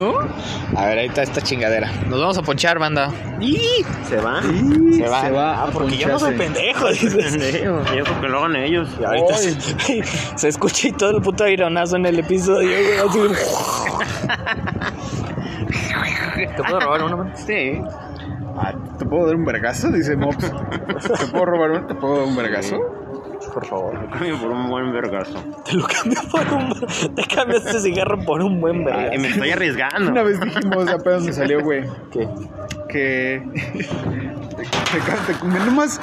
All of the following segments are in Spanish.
¿No? A ver, ahí está esta chingadera. Nos vamos a ponchar, banda. ¡Y! Se va. Se va. se va Ah, a porque yo no soy poncharse. pendejo. dices. Yo creo que lo hagan ellos. Y ahorita Ay. se, se escucha y todo el puto aironazo en el episodio, güey, así. ¿Te puedo robar uno, man? Sí. Ah, ¿Te puedo dar un vergazo? Dice Mops. ¿Te puedo robar un, ¿te puedo dar un vergazo? Eh, Por favor. Lo cambio por un buen vergazo. Te lo cambio por un. Te cambio este cigarro por un buen verga. Y me estoy arriesgando. Una vez dijimos, apenas me salió, güey, ¿Qué? que... Te, te- te- nomás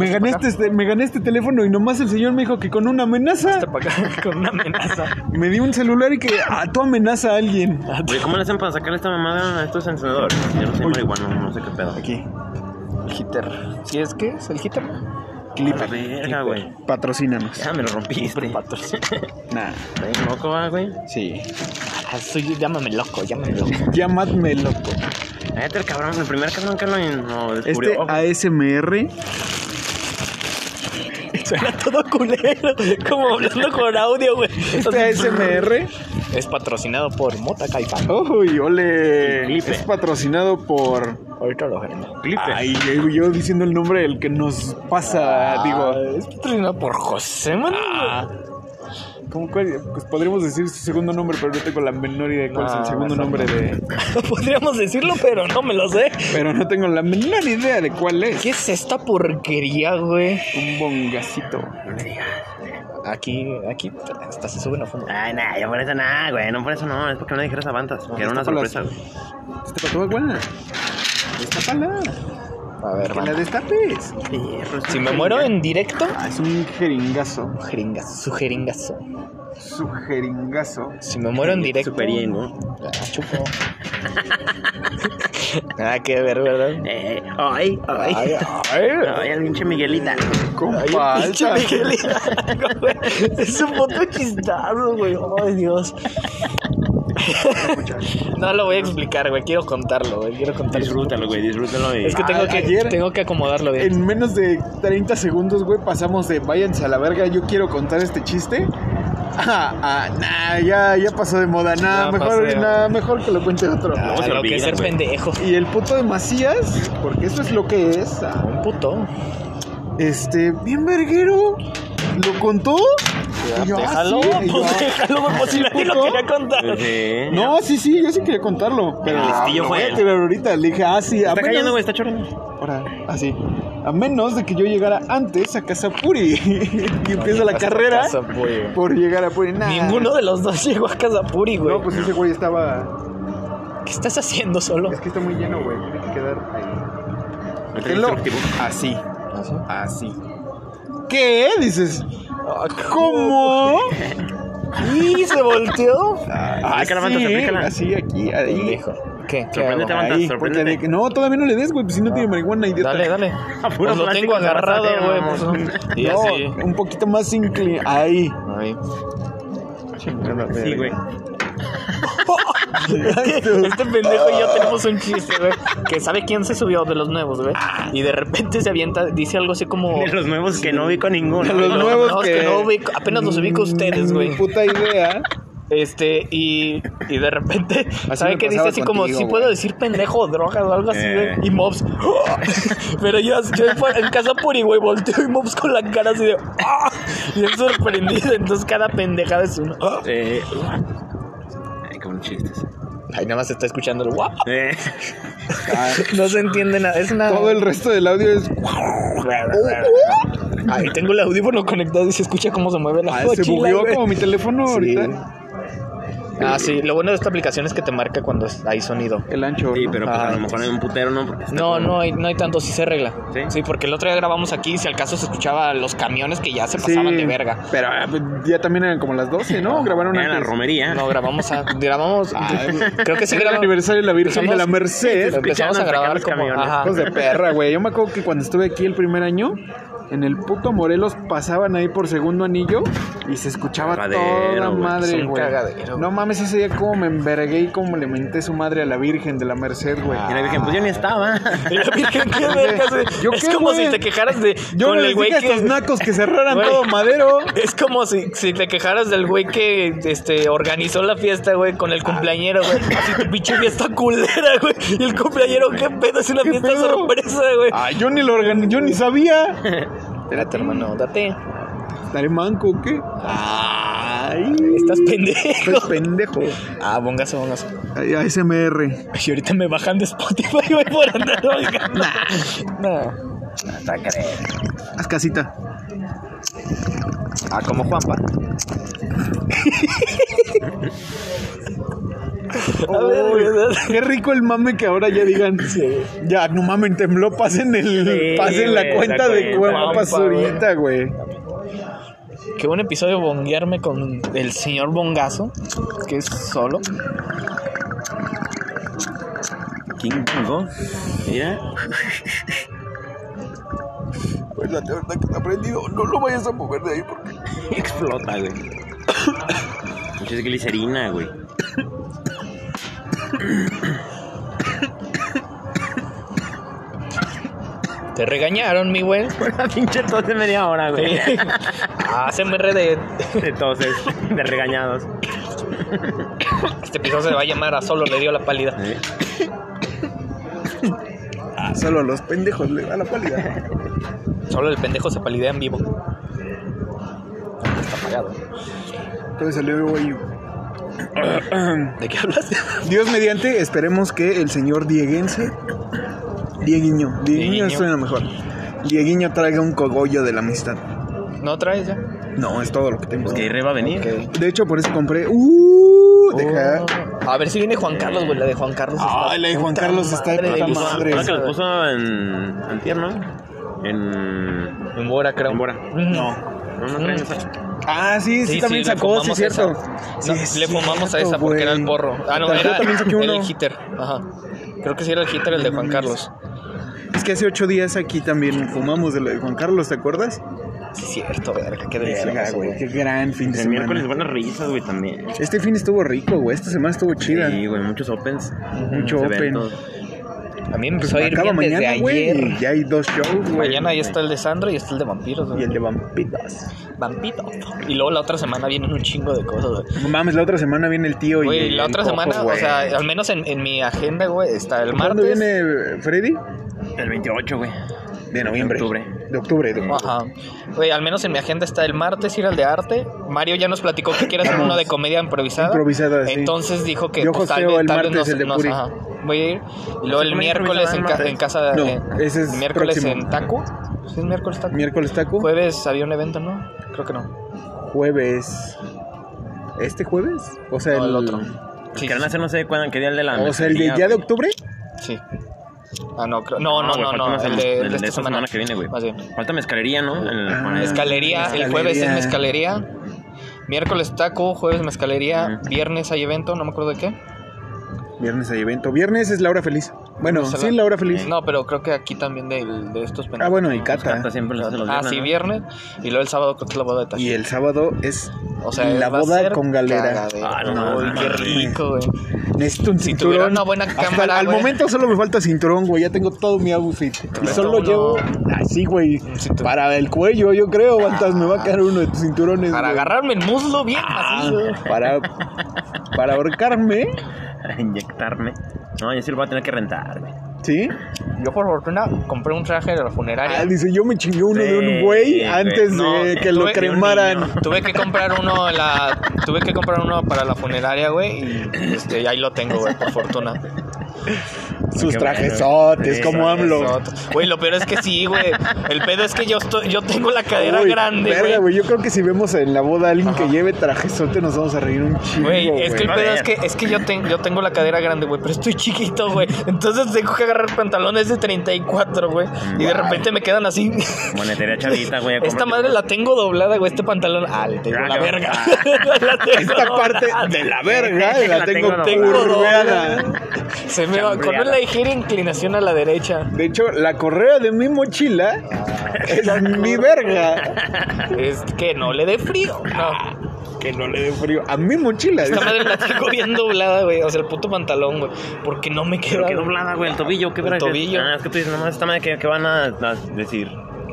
me gané, este, este- me gané este teléfono y nomás el señor me dijo que con una amenaza Te para acá con una amenaza. me dio un celular y que a tu amenaza a alguien. Oye, ¿cómo le hacen para sacarle esta mamada a estos encendedores? Yo no soy marihuana, no sé qué pedo. Aquí, El hitter. ¿Sí es qué? ¿Es el hitter? A la verga, güey. patrocínanos. Ya me lo rompiste. Nah, ¿eh? Estás loco, va, güey. sí. Ah, soy, llámame loco, llámame loco. Llamadme loco. Cállate el cabrón, el primer cabrón que lo no, descubrió. Este ah. ASMR Suena todo culero, como hablando con audio, güey. Este ASMR. Es patrocinado por Mota Caipán. Uy, ole. Clipe. Es patrocinado por. Ahorita lo veremos. Clipe. Ay, yo- yo diciendo el nombre del que nos pasa, Ah, digo. es patrocinado por José Manuel. ¿cómo cuál? Pues podríamos decir su segundo nombre, pero no tengo la menor idea de cuál es el No, segundo eso nombre de. Podríamos decirlo, pero no me lo sé. Pero no tengo la menor idea de cuál es. ¿Qué es esta porquería, güey? Un bongacito. Aquí, aquí hasta se suben a fondo. Ay, nah, yo por eso nada, güey. No por eso no, es porque no dijeras a Bantas. Que era una Está por las- sorpresa, güey. Este patúa buena. Destápala. A ver, Que la banda. destapes. Si me muero en directo, Ah, es un jeringazo. jeringazo, su jeringazo. Su jeringazo. Si me muero en directo. Super bien, ¿no? Ah, chupo. Nada que ver, ¿verdad? Eh, ay, ay. Ay, Ay, el pinche Miguelita. Compa Pinche alta. Miguel Hidalgo, güey. Es un puto chistazo, güey. Ay, Dios. No lo voy a explicar, güey. Quiero contarlo, güey. Quiero contarlo. Disfrútalo, güey, disfrútalo. Y... Es que tengo A- que, ayer- tengo que acomodarlo bien. En menos de 30 segundos, güey, pasamos de váyanse a la verga, yo quiero contar este chiste. Ah, ah, nah, ya, ya pasó de moda, nah, Ya mejor, pasé. nah, mejor que lo cuente otro. Ah, se lo que olvida, es ser güey. pendejo. Y el puto de Macías, porque eso es lo que es, ah, Un puto. este, bien verguero, lo contó. Y yo, ah, déjalo, sí, y yo, pues déjalo, güey. Pues si nadie lo puto. quería contar. pues, Sí. no, sí, sí, yo sí quería contarlo, pero El listillo lo fue voy a él. tirar ahorita, le dije, ah, sí, a Está menos- cayendo, güey, está chorreando. Ahora, así. A menos de que yo llegara antes a Casa Puri y empieza la Hasta carrera casa, güey. por llegar a Puri. Nah. Ninguno de los dos llegó a Casapuri, güey. No, pues ese güey estaba. ¿Qué estás haciendo solo? Es que está muy lleno, güey. Tiene que quedar ahí. Está Tenlo destructivo. Así. Así. ¿Qué? Dices. Ah, ¿Cómo? Y se volteó. aplícala, Mantas, Así, aplícala. Así, aquí, ahí. Pendejo. ¿Qué? ¿Qué hago? Sorpréndete, Mantas, Ahí, porque de sorpréndete. que- no, todavía no le des, güey, pues si no tiene marihuana, idiota. Ah, Dale, dale. puro Pues lo plástico tengo te vas a agarrado, hacer, güey. mamón. pues, y No, así. un poquito más inclinado. Ahí. Ay. Sí, güey. Este, este pendejo y yo tenemos un chiste, güey. Que sabe quién se subió de los nuevos, güey. Y de repente se avienta, dice algo así como. De los nuevos que no vi con ninguno. Oh. De los No, nuevos no, es que... que no ubico- apenas los ubico a ustedes, Ni güey. puta idea. Este, y, y de repente, Así ¿sabe me qué dice? pasaba Así como, si contigo, puedo güey. decir pendejo o drogas o algo así, güey. Eh. Y Mobs. ¡ah! Pero yo, yo en fu- en casa puri, güey, volteo y Mobs con la cara así de. ¡ah! Y es sorprendido. Entonces, cada pendejada es un. ¡ah! Eh. Ay, qué buenos chistes. Ay, nada más se está escuchando el. ¡guau! Eh. Ah, No se entiende nada. Es una. todo el resto del audio es. Ay, tengo el audífono conectado y se escucha cómo se mueve la Ah, se mochila, bugueó güey. como mi teléfono Sí. ahorita. Ah, sí. Lo bueno de esta aplicación es que te marca cuando hay sonido. El ancho. Sí, ¿no? pero pues a lo mejor hay un putero, ¿no? Porque está No, como- no hay, no hay tanto, sí se arregla. ¿Sí? ¿Sí? porque el otro día grabamos aquí y si al caso se escuchaba los camiones que ya se Sí, pasaban de verga. Pero ah, pues, ya también eran como las 12, ¿no? Grabaron Era la antes. romería. No, grabamos, a- grabamos, creo que sí Era el grabamos. aniversario de la Virgen de la Empezamos- Merced. Empezamos a Escuchaban grabar los como, camiones. ajá. Hijos de perra, güey. Yo me acuerdo que cuando estuve aquí el primer año, en el puto Morelos pasaban ahí por segundo anillo y se escuchaba Cagadero, toda güey. Es madre, un güey. cagadero, No mames, ese día como me envergué y como le menté su madre a la Virgen de la Merced, güey. Y la virgen, pues yo ni estaba. Y la Virgen, ¿qué vergas, güey? ¿Yo Es qué, como güey? si te quejaras de. Ah. Yo con no el les güey dije a que- estos nacos que cerraran Güey. todo madero. Es como si, si te quejaras del güey que este, organizó la fiesta, güey, con el cumpleañero, güey. Así tu pinche fiesta culera, güey. Y el cumpleañero, qué pedo, es una ¿Qué fiesta pedo? sorpresa, güey. Ay, yo ni lo organi- yo ni sabía. Espérate, hermano, date. ¿Estaré manco o qué? Ay, Estás pendejo. Pues, estás pendejo. Ah, bongazo, bongazo. Ay, ASMR. Y ahorita me bajan de Spotify, güey, por andar bongando. No. Haz casita. Ah, como Juanpa. A ver, Uy, güey. qué rico el mame que ahora ya digan. Ya, no mamen, tembló, pasen el, Sí, pasen la güey, la cuenta de cuenta, Cueva compa, Pasurita, güey. Qué buen episodio bonguearme con el señor Bongazo, que es solo. ¿Quién tengo? Mira. Pues la verdad que te aprendido, no lo vayas a mover de ahí porque. Explota, güey. Mucha glicerina, güey. Te regañaron, mi güey. Una pinche tos de media hora, güey. Ah, CMR de De toses, de regañados. este episodio se va a llamar a solo le dio la pálida. Ah, Solo a los pendejos le da la pálida. Solo el pendejo se palidea en vivo. Está apagado. Entonces salió güey. ¿De qué hablas? Dios mediante, esperemos que el señor Dieguense. Dieguiño, Dieguiño Dieguiño. suena mejor. Dieguiño traiga un cogollo de la amistad. ¿No traes ya? No, es todo lo que tengo. Pues que Irre va a venir. De hecho, por eso compré. ¡Uh! Deja. Oh. A ver si viene Juan Carlos, güey. La de Juan Carlos. Ay, la de Juan puta Carlos está de puta deliciosa. madre. Ah, Ahora que los puso en. Antier, ¿no? En. En Bora, creo. En Bora. No. No, no traen esa. Ah, sí, sí, le también sacó, sí, fumamos cierto. esa. Sí, No, es le fumamos cierto, a esa porque güey. era el porro. Ah, no, Yo era también saqué uno. el hitter. Ajá. Creo que sí era el hitter el de Juan Carlos. Es que hace ocho días aquí también fumamos de lo de Juan Carlos, ¿te acuerdas? Sí, cierto, verga. Qué Verga, delicioso, güey, güey. qué gran fin de El miércoles semana. buenas risas, güey, también. Este fin estuvo rico, güey. Esta semana estuvo chida. Sí, güey, muchos opens. Mucho Muchos open. eventos. A mí me empezó a ir Pues Acaba bien desde mañana, ayer. güey. y Ya hay dos shows, güey. Mañana ya está el de Sandro y está el de vampiros, Y güey. el de vampiros. Vampito. Y luego la otra semana vienen un chingo de cosas, güey. No mames, la otra semana viene el tío y. Güey, el- la el otra Coco, semana, güey. o sea, al menos en, en mi agenda, güey, está el ¿Cuándo martes. viene Freddy? El 28, güey. De noviembre. De octubre. De octubre, de octubre. Ajá. Güey, al menos en mi agenda está el martes ir al de arte. Mario ya nos platicó que quiere hacer Vamos. uno de comedia improvisada. Improvisada, sí. Entonces dijo que Yo pues, tal hosteo vez, el tal vez martes, nos- el de nos- Puri. ajá. Voy a ir. Y luego el ¿Cómo miércoles improvisada en, el ca- martes? en casa. No, en- ese es miércoles próximo. en Taco. ¿Sí es miércoles Taco? Miércoles taco. Jueves había un evento, ¿no? Creo que no. Jueves. ¿Este jueves? O sea, No, el otro. Ah, Sí. Sí, Quieren hacer no sé cuándo, qué día el de la. O sea, el de mercería, ya de güey. octubre. Sí. Ah, no, creo. No, no, güey, no, falta no. una el semana- de, el de el esta semana. que viene, güey. Más bien. Falta mezcalería, ¿no? En el- Ah. Mezcalería, Mezcalería. el jueves es mezcalería. Miércoles taco, jueves mezcalería. Ujú. Viernes hay evento, no me acuerdo de qué. Viernes hay evento. Viernes es la hora feliz. Bueno, O sea, sí, la hora feliz. Eh, No, pero creo que aquí también del- de, estos Ah, pendejos. bueno, y Cata. Canta siempre los hace los Ah, viernes, sí, ¿no? viernes. Y luego el sábado creo que es la boda de Tachi. Y el sábado es O sea, la va a boda ser con galera. cagadero. Ah, no, Uy, qué mames. rico, güey. Necesito un Si cinturón. tuviera una buena Hasta cámara, al güey. momento solo me falta cinturón, güey. Ya tengo todo mi outfit. Y Pero solo uno- llevo así, güey. Un cinturón. Para el cuello, yo creo, Bantas. Me va a caer uno de tus cinturones. Para güey. agarrarme el muslo bien Ah, macizo. para, para ahorcarme. A inyectarme. No, yo sí lo voy a tener que rentar, güey. ¿Sí? Yo por fortuna compré un traje de la funeraria. Ah, dice, yo me chingué uno de un Sí, güey güey. antes de No, que lo tuve- cremaran. Tuve que comprar uno en la tuve que comprar uno para la funeraria, güey, y este ahí lo tengo, güey, por fortuna. Sus Qué trajesotes, bueno. como Sí, AMLO. Eso, Güey, lo peor es que sí, güey. El pedo es que yo estoy, yo tengo la cadera Uy, grande, verga, güey. güey. Yo creo que si vemos en la boda a alguien que Ajá. lleve trajesote, nos vamos a reír un chingo. Güey, es que el va a pedo ver. es que, es que yo, ten- yo tengo la cadera grande, güey, pero estoy chiquito, güey. Entonces tengo que agarrar pantalones de 34, güey. Y de repente me quedan así. Monetería chavita, güey. Esta cómprate- madre la tengo doblada, güey. Este pantalón. Ah, le tengo Ah, la cabrón. verga. La tengo Esta parte doblada. de la verga la La tengo tengo curveada. doblada. Se me va con una ligera inclinación a la derecha. De hecho, la correa de mi mochila es mi verga. Es que no le dé frío. No. Que no le dé frío. A mi mochila. Esta madre la tengo bien doblada, güey. O sea, el puto pantalón, güey. Porque no me Pero queda. qué doblada, güey, el tobillo, qué El verga. tobillo. Ah, es que tú dices, nomás esta madre, ¿qué, qué van a, a decir?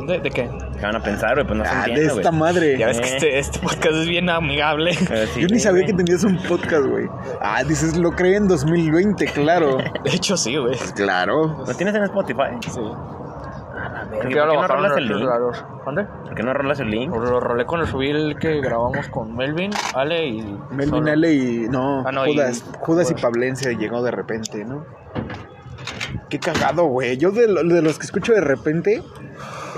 ¿De, de qué? ¿Qué van a pensar, güey? Pues no se Ah, de entiende, güey. esta madre. Ya ves que Eh. este, este podcast es bien amigable. Pero sí, Yo ni güey, sabía que güey. tenías un podcast, güey. Ah, dices, lo creé en 2020, claro. De hecho, sí, güey. Sí. Pues claro. ¿Lo tienes en Spotify? ¿Por qué no rolas el link? ¿Dónde? ¿Por qué no rolas el link? Lo rolé con el subí el que grabamos con Melvin, Ale y. Melvin solo. Ale y. No, Ah, no, y- Judas, Judas y Judas. Pablense llegó de repente, ¿no? Qué cagado, güey. Yo de, lo- de los que escucho de repente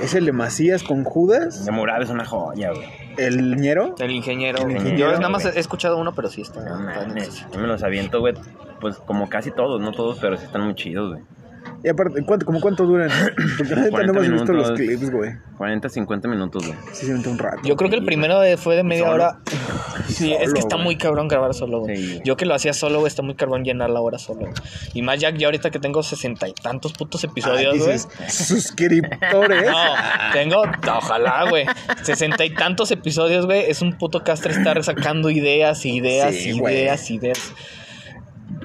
es el de Macías con Judas, De Murabe es una joya, güey. el ñero. El ingeniero. El güey. ingeniero, Yo nada más güey. he escuchado uno, pero sí está. No está en mames, ese- Yo me los aviento, güey. Pues como casi todos, no todos, pero sí están muy chidos, güey. Y aparte, ¿cuánto, como cuánto duran? Porque la neta 40 no hemos visto los minutos. clips, güey. 40, 50 minutos, güey. Sí, se mete un rato. Yo creo que el primero de- fue de media solo. hora. Sí, es solo, que está güey. muy cabrón grabar solo, güey. Sí, güey. Yo que lo hacía solo, güey, está muy cabrón llenar la hora solo. güey. Y más ya, ya ahorita que tengo sesenta y tantos putos Ah, episodios, güey. dices, ¿eh? suscriptores. No, tengo, ojalá, güey. Sesenta y tantos episodios, güey. Es un puto castre estar sacando ideas, ideas, Sí, güey. ideas, ideas.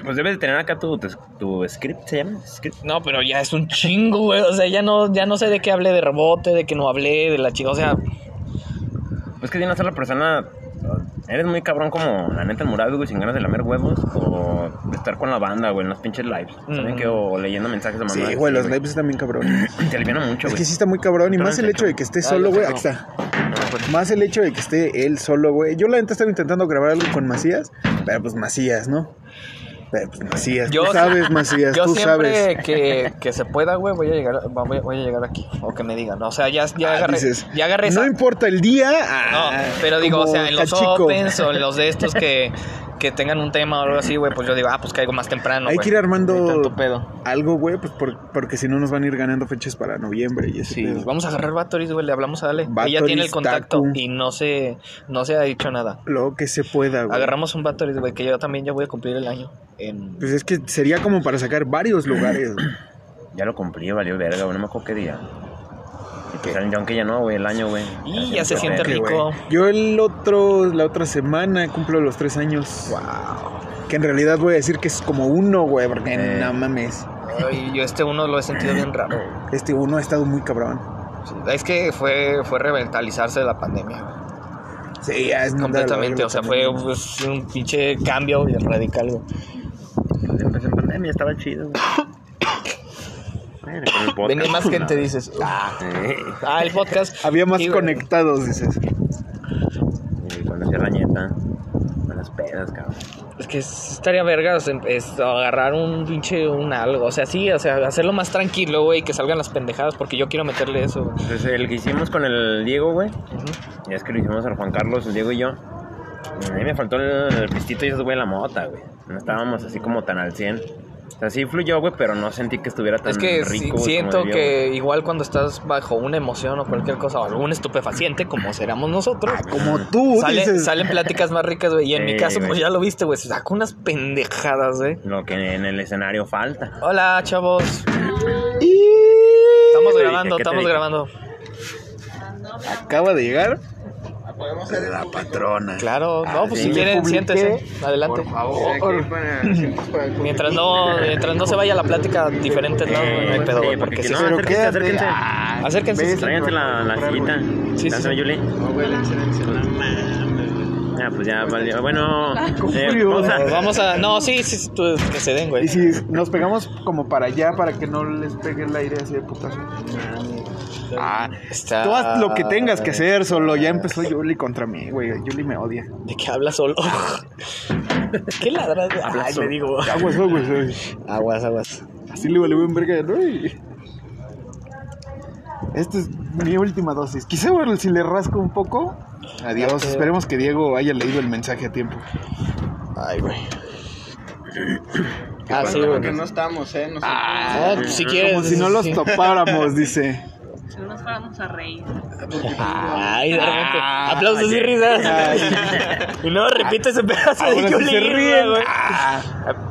Pues debes de tener acá tu, tu, tu script, ¿se llama? ¿Script? No, pero ya es un chingo, güey. O sea, ya no, ya no sé de qué hablé de rebote, de que no hablé, de la chica. O sea, Pues que de una sola persona... Eres muy cabrón como la neta el Murabe, güey, sin ganas de lamer huevos o estar con la banda, güey, en los pinches lives. ¿Saben Mm. qué? O leyendo mensajes de mamá. Sí, güey, los lives están bien cabrones. Te aliviana mucho, Es güey. que sí está muy cabrón. Y Pero más en el el hecho de que esté Ah, solo, yo güey. creo. Aquí está. Más el hecho de que esté él solo, güey. Yo la neta estaba intentando grabar algo con Macías, pero pues Macías, ¿no? Pero pues Macías, Yo tú sí- sabes, Macías, yo tú siempre sabes. que, que se pueda, güey, voy a llegar, voy, a- voy a llegar aquí. O que me digan. O sea, ya, ya Ah, agarré. dices, ya agarré No esa- importa el día. No, ah, pero digo, o como sea, en los cachico. opens o en los de estos que, que tengan un tema o algo así, güey, pues yo digo, ah, pues caigo más temprano. Hay güey. que ir armando- No hay Tanto pedo. Algo, güey, pues por- porque si no nos van a ir ganando fechas para noviembre y ese Sí, pedo. vamos a agarrar Batoris, güey, le hablamos a Ale. Ella Batoris, tiene el contacto Taku. y no se, no se ha dicho nada. Lo que se pueda, Ah, güey. Agarramos un Batoris, güey, que yo también ya voy a cumplir el año. En... Pues es que sería como para sacar varios lugares. güey. Ya lo cumplí, valió verga, güey, no me acuerdo qué día. Y pues, aunque ya no, güey, el año, güey. Y ya se no siente sé. Sí, güey. rico. Yo el otro, la otra semana cumplo los tres años. Que en realidad voy a decir que es como uno, güey, porque Eh. no mames. Ay, yo este uno lo he sentido bien raro. Este uno ha estado muy cabrón. Es que fue, fue reventalizarse de la pandemia, güey. Sí, ya es Completamente, o sea, fue pues, un pinche cambio radical, güey. Cuando pues, empezó en pandemia, estaba chido, güey. Bueno, con el podcast, Venía más pues, gente, nada. dices. Eh, Ah, el podcast. Había más Sí, güey. conectados, dices. Y cuando hacía la ñeta, a las pedas, cabrón. Es que sí estaría vergas em- es agarrar un pinche un algo. O sea, sí, o sea, hacerlo más tranquilo, güey, que salgan las pendejadas, porque yo quiero meterle eso. güey. Entonces, el que hicimos con el Diego, güey, ya es que lo hicimos al Juan Carlos, el Diego y yo. A mí me faltó el, el pistito y esos, güey, la mota, güey. No estábamos así como tan al 100. O sea, sí fluyó, güey, pero no sentí que estuviera tan Es que sí- rico. güey, como siento debió, güey. que igual cuando estás bajo una emoción o cualquier cosa, o algún estupefaciente, como seramos nosotros, Como tú, sale- dices. salen pláticas más ricas, güey. Y en Sí, mi caso, güey. pues ya lo viste, güey, se sacó unas pendejadas, güey. Lo que en el escenario falta. Hola, chavos. Y- Estamos ¿Qué te grabando, dije? ¿Qué te estamos dije? grabando. Acaba de llegar. La patrona. Claro, Ah, no, pues sí. si quieren, Publiqué, siéntense. Adelante. Mientras no, mientras no se vaya la plática a diferentes lados, güey, Eh, no hay pedo, Sí, güey, porque porque que sí. no, Pero acérquense, quédate. acérquense. Ah, Acérquense, ves, Tráiganse la, la sillita. sí, Dásela, sí. Yuli. Ah, pues ya, valió. Bueno, eh, frío. pausa. Pero Vamos a. No, sí, sí, sí, tú- que se den, güey. Y si nos pegamos como para allá para que no les pegue el aire así de putazo. Ah, Está- tú haz lo que tengas que hacer, solo ya empezó Yuli contra mí, güey. Yuli me odia. ¿De qué habla solo? ¿Qué ladras? Ay, le digo. Aguas, aguas, güey. Aguas, aguas. Así le vale en verga, ¿no? Y- Esta es mi última dosis. Quizá bueno, si le rasco un poco. Adiós. Ya, Esperemos que Diego haya leído el mensaje a tiempo. Ay, güey. Ah, sí, Porque güey. no estamos, ¿eh? No sé. Ah, pues, si quieres. Como si no los sí. topáramos, dice. Si no nos fuéramos a reír. Ay, de repente. Ah, Aplausos y risas. Y no, repite ese pedazo Ahora de sí Yuli. se Irra, ríen. güey. Ah,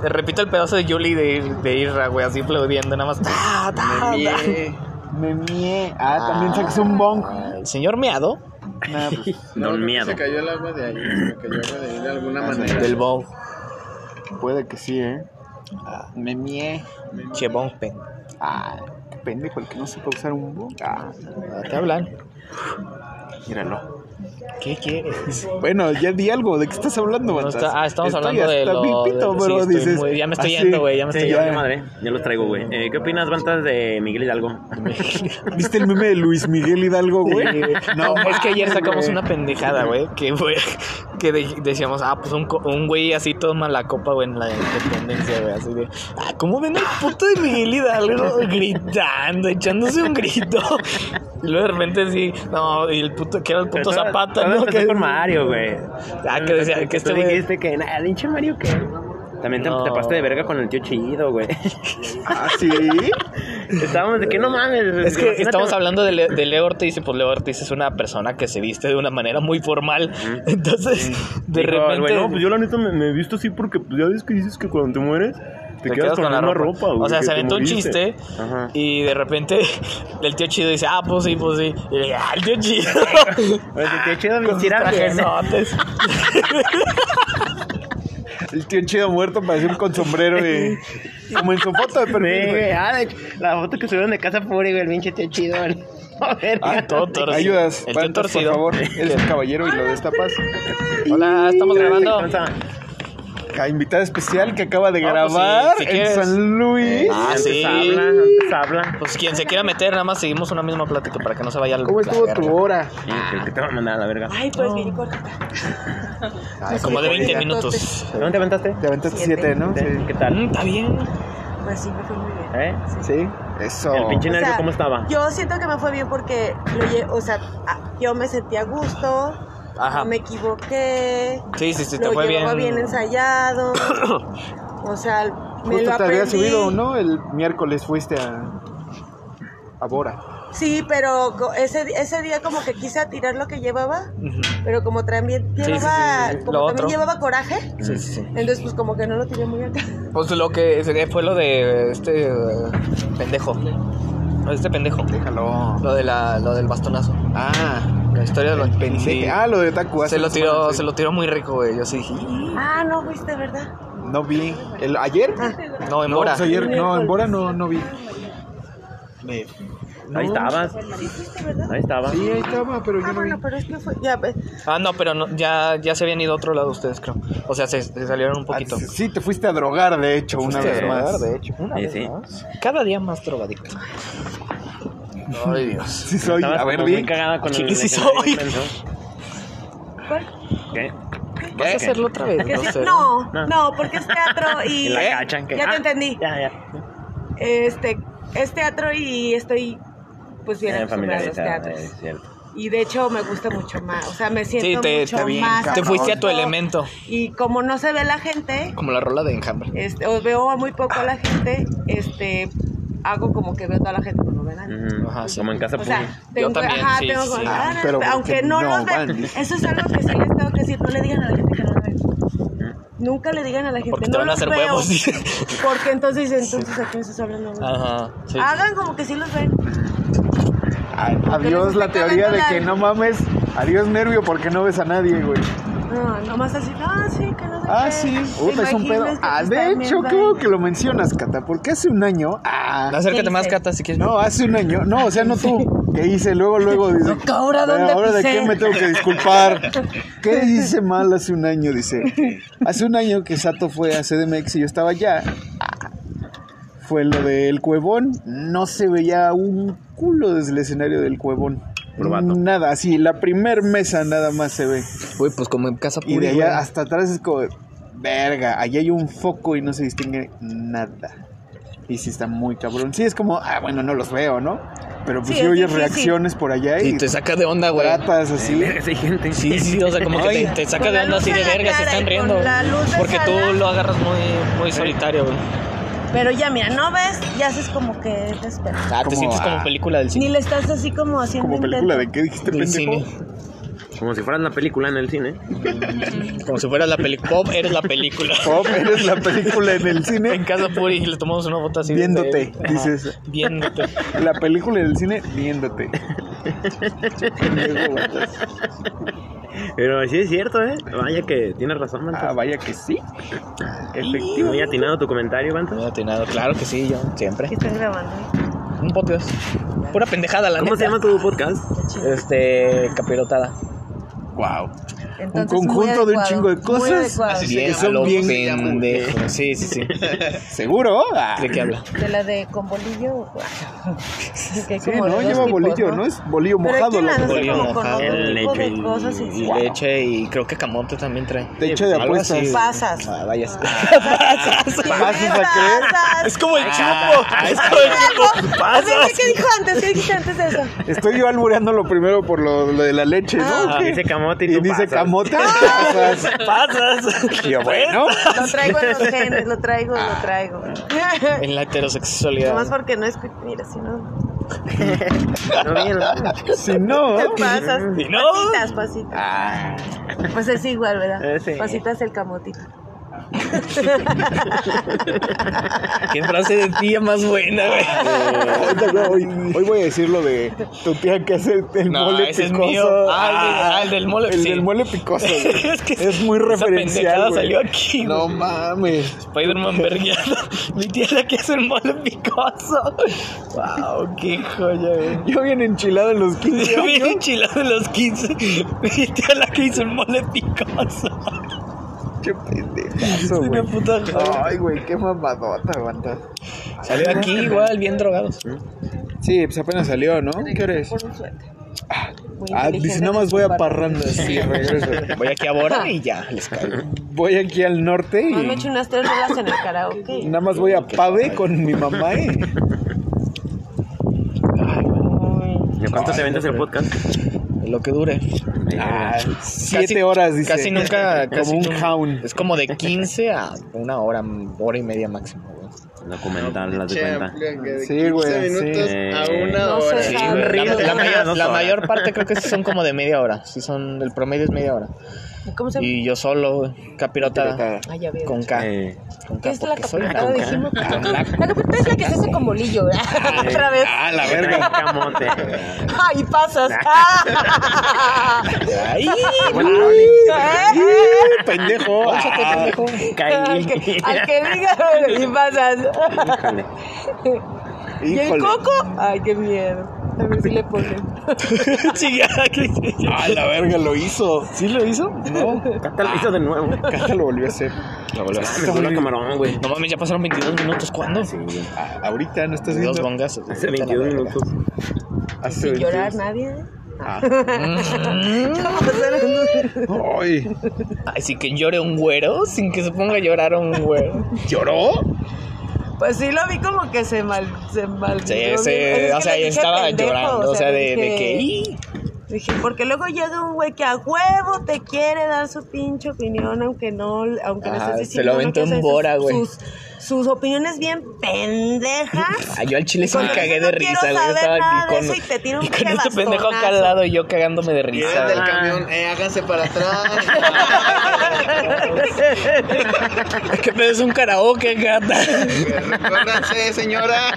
Repito el pedazo de Yuli de, de Irra, güey, así aplaudiendo, nada más. Ta, ta, ta. Me mié. Ah, también sacas un bong. El señor meado Nah, pues, Don Miedo. Se cayó el agua de ahí. Se cayó el agua de ahí de alguna manera. del bow. puede que sí, ¿eh? Ah, me mié. Che, bong pen. Ah, qué pendejo el que no sepa usar un bong. Ah, ¿Qué hablan? míralo. ¿Qué quieres? Bueno, ya di algo. ¿De qué estás hablando, No Batas? está- ah, estamos Estoy hablando de hasta lo- pipito, de- sí, bro, estoy dices, Ah, muy- ya me estoy así. yendo, güey, ya me Sí, estoy ya, yendo. vale madre. Ya los traigo, güey. Eh, ¿Qué opinas, Bantas, de Miguel Hidalgo? ¿Viste el meme de Luis Miguel Hidalgo, güey? No, es que ayer mames, sacamos güey. una pendejada, güey, que fue que de- decíamos, ah, pues un, co- un güey así toma la copa, güey, en la independencia, güey, así de, ah, ¿cómo ven al puto de Miguel Hidalgo gritando, echándose un grito? Y luego de repente así, no, y el puto, que era el puto Todo- Zapata, todo ¿no? empezó Que, con Mario, güey. ah, que decía, que este Tú güey, dijiste que, nada, el hinche Mario, ¿qué? También te, No. te pasaste de verga con el tío chido, güey. Ah, sí. Estábamos de que no mames. Es que imagínate- estamos hablando de, Le- de Leo Ortiz y pues Leo Ortiz es una persona que se viste de una manera muy formal. Entonces, de Dijo, repente... güey, no, pues yo la neta me, me he visto así porque pues, ya ves que dices que cuando te mueres te, te quedas, con, la misma ropa, güey. O sea, que se te aventó un moriste. chiste Ajá. y de repente el tío chido dice, ah, pues sí, pues sí. Y le dice, ah, el tío chido. Oye, te he chido ¿eh? Con sus mis tirajes. trajezotes. El tío chido muerto parece un con sombrero y... Como en su foto de perfil, güey. la foto que subieron de casa pobre, güey, el pinche tío chido. Ah, todo torcido. Ayudas, El tío Bantas, torcido. por favor. Eres un caballero y lo destapas. Hola, estamos grabando. La invitada especial que acaba de Ah, pues sí, grabar si en quieres. San Luis. Ah, sí. Habla, antes habla. Pues quien se quiera meter, nada más seguimos una misma plática para que no se vaya al. ¿Cómo estuvo Ah, la tu verga. hora? Creo Ah. que te va a mandar a la verga. Ay, pues bien cortita. Ay, Ah, Como de 20 minutos. ¿Dónde te aventaste? Te aventaste siete, ¿no? ¿Qué Sí. Mm, tal? Está bien. Pues sí, me fue muy bien. ¿Eh? Sí. Eso. El pinche O nervio, sea, ¿cómo estaba? Yo siento que me fue bien porque, lo lle- o sea, a- yo me sentí a gusto, Ajá. no me equivoqué, Sí, Ah. sí, sí, te lo fue llevaba bien. bien. ensayado, o sea, me lo Justo te aprendí. había subido, ¿no? El miércoles fuiste a... A Bora. Sí, pero co- ese, ese día como que quise tirar lo que llevaba, Ujú. pero como también sí, llevaba, sí, sí. como Lo también otro. llevaba coraje, Sí, sí, sí. entonces pues como que no lo tiré muy acá. Mm. Pues lo que se- fue lo de este eh, pendejo. Lo de Este pendejo. Déjalo. Lo, de la, lo del bastonazo. Ah, La historia de los pendejo. Ah, lo de Taku. hace se lo dos tiró, semanas, se lo tiró muy rico, güey. Yo sí dije. Ah, no fuiste, ¿verdad? sí. No vi. El, ¿Ayer? No, en No, Bora. pues ayer, no, en Bora no, no vi. Ahí estabas. Sí fuiste, ¿verdad? Ahí estaba. Sí, ahí estaba, pero yo Ah, no vi. bueno, pero es que fue, ya, ves, Ah, no, pero no, ya, ya se habían ido a otro lado ustedes, creo. O sea, se, se salieron un poquito. Ah, sí, te fuiste a drogar, de hecho, una fuiste a vez drogar, más. de hecho. Sí, sí. Cada día más drogadicto. Ay, Dios. Sí, soy. Estabas A ver, como di. muy cagada con Ah, el chile, sí legendario soy. inmenso. ¿cuál? ¿Qué? ¿Vas a hacerlo otra vez? Que sí- sé. no, No. no, porque es teatro y... Y Eh, la cachan. que- Ya te Ah, entendí. Ya, ya. Este, es teatro y estoy pues bien Eh, acostumbrada a los Familiarizada, teatros. es cierto. Y de hecho me gusta mucho más, o sea, me siento Sí, te, mucho te, vi- más. a te fuiste a tu gusto. elemento. Y como no se ve la gente, Como la rola de enjambre. este, o veo a muy poco a la gente, este, hago como que veo a toda la gente cuando ven a nadie. Ujú. Ajá, sí. Como en casa O pública. sea, tengo, también, ajá, sí, tengo sí, como- sí. ah, Ah, pero aunque porque no, no los vean. van. Eso es algo que sí les tengo que decir. No le digan a la gente que no los ven. Nunca le digan a la gente Porque te no van a los hacer veo, huevos, dice. Porque entonces, entonces, ¿a quién estás hablando? Ajá. Sí. Hagan como que sí los ven. Ay, Ah, Adiós la esté teoría de cagando que la- no mames. Adiós nervio porque no ves a nadie, güey. No, nomás así. Ah, sí, que no sé Ah, qué. sí. ¿Te Uy, es un pedo. imaginas que Ah, te de están hecho, viendo creo ahí? que lo mencionas, Cata, porque hace un año. Ah. Acércate ¿Qué más, hice? Cata, si quieres. No, hace un año. No, o sea, no tú. ¿Qué hice? Luego, luego. Dice, No, que ahora, ¿dónde ¿Ahora de pisé? qué me tengo que disculpar? ¿Qué hice mal hace un año? Dice. Hace un año que Sato fue a CDMX y yo estaba allá. Fue lo del cuevón. No se veía un culo desde el escenario del cuevón. Puro vato. Nada, así, la primer mesa nada más se ve. Güey, pues como en casa Y de pública. allá hasta atrás es como, verga, allá hay un foco y no se distingue nada. Y sí está muy cabrón. Sí, es como, ah, bueno, no los veo, ¿no? Pero pues Sí, sí, es oyes difícil. reacciones por allá y, Y te saca de onda, güey. tratas así. Hay gente. Sí, sí, o sea, como que te, te saca Con de la onda luz así de en la verga, se cara y están con riendo. la luz de Porque tú sala. lo agarras muy, muy solitario, güey. Pero ya, mira, no ves, ya haces como que te esperas. Ah, te Como, sientes como ah, película del Ni cine. le estás así como haciendo Como película de intento. qué dijiste, Del pendejo. cine. Como si fueras la película en el cine. Como si fueras la película. Pop, eres la película. Pop, Oh, eres la película en el En cine. casa Puri le tomamos una foto así. de- Viéndote, Ajá, dices. Viéndote. La película en el cine viéndote. Pero sí es cierto, ¿eh? Vaya que tienes razón, Ah, Mantas. vaya que sí. Efectivo. Muy atinado tu comentario, Mantas. Muy atinado, claro que sí, yo siempre. Que estás grabando. Un podcast. Pura pendejada la ¿Cómo se llama neta. tu podcast? Este, capirotada. Wow. Entonces, Un muy conjunto de un adecuado, chingo de muy cosas. adecuado. Así se Bien, a llama, lo bien- pendejo. Sí, sí, sí. ¿De ¿Seguro? Ah. qué habla? De la de con bolillo. que Sí, como de no, dos lleva tipos, bolillo, ¿no? Es bolillo Pero mojado. aquí la loco. hace Bolillo como con mojado, otro el tipo de leche y- cosas y, Y leche y creo que camote también trae. Te echo de Algo apuestas. así. pasas. Ah, vayas. ¿Vas a creer? Es como el chupo. Ah, Es como el chupo. Pasas. ¿Qué dijo antes? ¿Qué dijiste antes de eso? Estoy yo albureando lo primero por lo, lo de la leche, ¿no? Ah, ¿Qué? dice camote y Y tú dice pasas. camote. pasas. Pasas. Y yo, bueno. Lo traigo en los genes, lo traigo, lo traigo. En la Nomás heterosexualidad. porque no escucho. Mira, si no. No, bien, ¿no? Si no. Te pasas. Y no. Pasitas, pasitas. Pues es igual, ¿verdad? Eh, sí. Pasitas el camotito. Qué frase de tía más buena, güey. Ahorita, güey, Hoy, hoy voy a decir lo de tu tía que hace el, el No, mole ese es picoso. mío. Ah, el de- ah, el del mole, El sí. del mole picoso. güey. Es que es muy esa pendejada referencial. güey. salió aquí, No mames. Spider-Man vergueado. Mi tía la que hace el mole picoso. Wow, qué joya, güey. Yo bien enchilado en los 15 Yo bien años. enchilado en los 15. Mi tía la que hizo el mole picoso. Qué pendejazo, Una güey. puta joya. Ay, güey, qué mamadota, banda. Salió aquí igual, bien drogados. Sí, pues apenas salió, ¿no? ¿Qué hora es? Por un suéter. Muy Ah, inteligente dice, nada más voy a de su parte. parranda. Sí, regreso. Voy aquí a Bora y ya, les caigo. Voy aquí al norte No, me y eché unas tres rolas en el karaoke. nada más voy a Pave con mi mamá, ¿eh? ¿De cuánto te vendes el podcast? Lo que dure. Ah, siete Casi- horas, dice. Casi nunca. Como casi un nunca- hound. Es como de 15 a una hora, hora y media máximo. güey. Documental, las de Che, cuenta. amplio, que de Sí, 15 güey, minutos sí. a una No hora. sé. Sí, Ah, güey, río, la, te la van a mayor, dos la horas. mayor parte creo que sí son como de media hora. Sí son, el promedio es media hora. ¿Cómo se llama? Y yo solo, güey, capirotada. Capirotada. Ah, ya veo. Con K. Eh, Con K, ¿Qué es la porque soy Ah, capirotada? naco. Dijimos. Con la- La capital es la que se hace con bolillo, ¿verdad? Otra vez. Ah, la eh, trae verga. Camote. Ay, pasas. ¿Eh? Ay, ¡Ih, Oh, pendejo. Pónchate, Ah, pendejo. Caí. Al que, al que diga, bueno, y pasas. Híjole. ¿Y el híjole. coco? Ay, qué miedo. A ver si le ponen. Sí, ya, que- Ah, la verga, lo hizo. ¿Sí lo hizo? No, Cata lo hizo de nuevo. Cata lo volvió a hacer. Ah, Me suena camarón, güey. No mames, ya pasaron 22 minutos. ¿Cuándo? Sí, güey. Ah, ahorita no estás Dos viendo. bongas. güey, Hace vete a la 22 verga. minutos. Hace Sin 22. llorar nadie. ¿eh? Ay, Ay, sí que llore un güero sin que se ponga a llorar un güero. ¿Lloró? Pues sí, lo vi como que se mal. Se mal Sí, yo sí, vi- es o que sea, le dije estaba pendejo, llorando, o sea, de, de dije- que... "Ih". Dije, porque luego llega un güey que a huevo te quiere dar su pinche opinión, aunque no, aunque no Ah, estés se diciendo. lo no, aventó que un sea, Bora, sus- güey. Sus, sus opiniones bien pendejas. Ah, yo al chile sí me Cuando cagué dices, "No de risa, quiero güey. Yo saber Estaba nada aquí de con, eso", y te tira un y con este rebastonazo. pendejo acá al lado y yo cagándome de Y risa. era del güey. camión, eh, hágase para atrás. ¿Qué pedo es un karaoke, gata? Recuérdense, señora.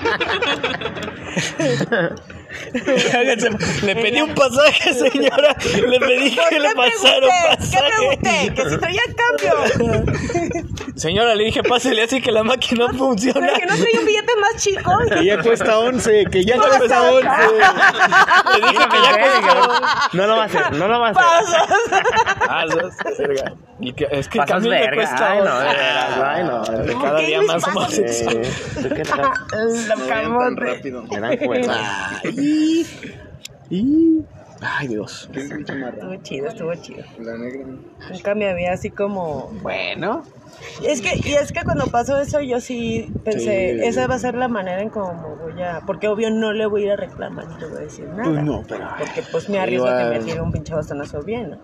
Háganse- le pedí un pasaje, señora. Le pedí ¿Por que le qué pasara un pregunté? pasaje. ¿Qué pregunté? Que si traía cambio. Señora, le dije, pásele así que la máquina no funciona. Pero que no traía un billete más chico. Que ya cuesta 11, que ya cuesta 11. Le dije que ya cuesta. No lo va a hacer, no lo va a hacer. Pasas. Ah, sos- verga. Y que- Es que el Pasas cambio le verga. cuesta. Ah. Ay, no, once. de veras, ay, no. De Cada ¿Qué día les más pasa? homosexual. Eh, ¿tú qué tal? Lo Vayan tan camote. rápido. Me dan cuenta. Ay, Dios. Qué pinche marrano. Estuvo chido, estuvo chido. La negra. Nunca me había así como. Bueno, Es que, y es que cuando pasó eso, yo sí pensé, esa va a ser la manera en cómo voy a. Porque obvio no le voy a ir a reclamar, no le voy a decir nada. pues no, pero. Porque pues me arriesgo a que me Igual. tire un pinche bastonazo bien. ¿no?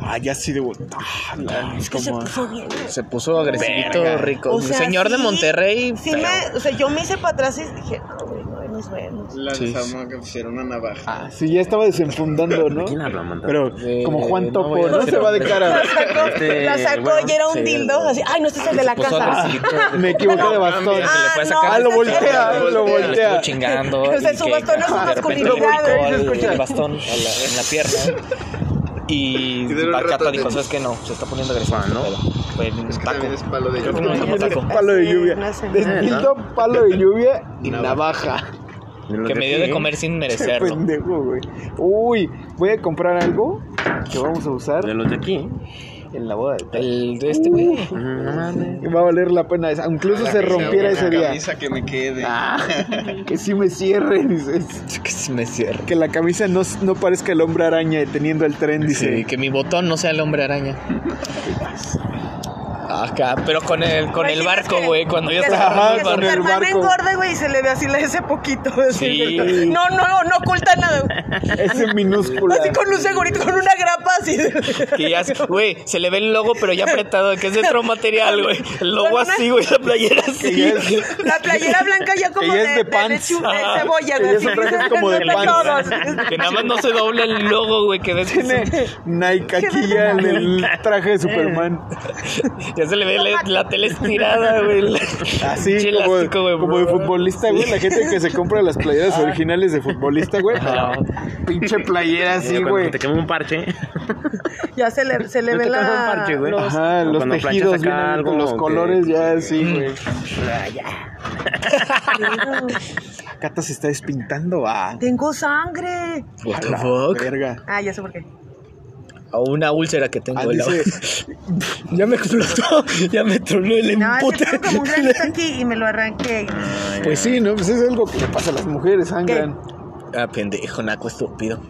Ah, ya sí de bot- ah, la- Es que se como- puso bien. Se puso agresivito, Verga. rico. O sea, Señor de sí, Monterrey. Sí feo. me, o sea, yo me hice para atrás y dije, no, güey, no, no es bueno. La desarmó que pusieron una navaja. Ah, sí, ya estaba desenfundando, ¿no? ¿Quién habla, manda? Pero Eh, como Juan no Topo, voy a Pues no, decir se va de nombres. cara. La sacó, Este, la sacó bueno, y era un sí, dildo. no. Así, ay, no, este es el de la Puso casa. agresivito. Me equivoqué de bastón. cambia, se le fue a sacar Ah, lo este es el- voltea, lo Le estuvo voltea. chingando. O sea, y su que bastón es su de repente masculinidad, volcó ¿eh? el- Se escucha. el bastón a la- en la pierna. Y Y de un Bacata rato dijo, te- ¿sabes qué? No, se está poniendo agresivo. Ah, ¿no? este pedo". Fue un Es que taco. también es palo de Creo que yogur. no, un taco. Palo de Sí, lluvia. no sé. Destildo, palo de lluvia y navaja. Que me dio de comer sin Qué merecerlo. pendejo, güey. Uy, voy a comprar algo que vamos a usar ¿eh? De los de aquí. en la boda de tal. El de este güey. Ujú, No mames. Y Va a valer la pena esa. Incluso se rompiera ese La día. camisa que me quede. Que sí me cierre, dices. Que se me cierre. Que la camisa no, no parezca el hombre araña deteniendo el tren, dice. Sí, que mi botón no sea el hombre araña. Acá, pero con el, con el Imaginas barco, que- güey. Cuando yo que su- estaba Ajá, en el que su con barco. el hermana barco. engorde, güey, y se le ve así la ese poquito. así. Sí. No, no, no oculta nada. Ese minúscula. Así con un segurito, con una grapa así. Que ya, güey, se le ve el logo, pero ya apretado, que es de otro material, güey. El logo Con una- así, güey, la playera Que así. ya es- La playera blanca ya como Que ya de, es de pants. lechu- de Ajá. cebolla, Que güey. ya su traje es como de No, pants. todos. Que nada más no se dobla el logo, güey, que ves que tiene se- Nike aquí ya en el traje de Eh. Superman. ya se le ve la, la tela estirada, güey. el- Así pinche como, elástico, güey, como de bro. Ah. futbolista, güey. La gente que se compra las playeras originales de futbolista, güey. Ajá. Pinche playera Eh, así, cuando güey. Te quema un parche. Ya se le, se le ¿No ve te la... quema un parche, güey? Ajá, los Cuando planchas tejidos, acá vienen con algo los que- colores ya así, Mm. güey. Cata se está despintando, ah. Tengo sangre. What A the la fuck? Verga. Ah, ya sé por qué. A una úlcera que tengo Ah, en la dice, Ya me explotó, ya me tronó el No, es que empute. tengo como un granito aquí y me lo arranqué. pues sí, ¿no? Pues es algo que le pasa a las mujeres, sangran. ah, pendejo, naco estúpido.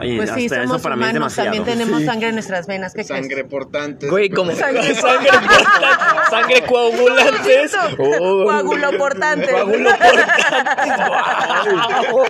Oye, Pues sí, hasta somos eso para mí es humanos, demasiado. también tenemos Sí. sangre en nuestras venas. ¿Qué crees? Sangre portante. Güey, como sangre, Sangre. sangre, portante, sangre coagulantes. Oh. Coaguloportante. Coaguloportantes, guau.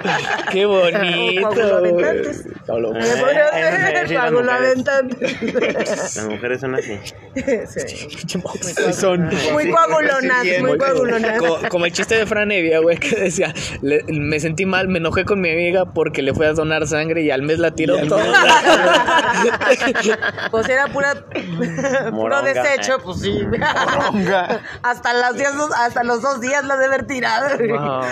Qué bonito. Coaguloaventantes. Eh, Coagulo- Coaguloaventantes. Las mujeres son así. Sí. Sí, son. Muy coagulonas, muy coagulonas. Co- como el chiste de Fran Evia, güey, que decía, le- me sentí mal, me enojé con mi amiga porque le fui a donar sangre y al mes la tiró toda. Pues era pura, puro Moronga. desecho, pues sí. Moronga. Hasta, las días, hasta los dos días la de haber tirado. Wow.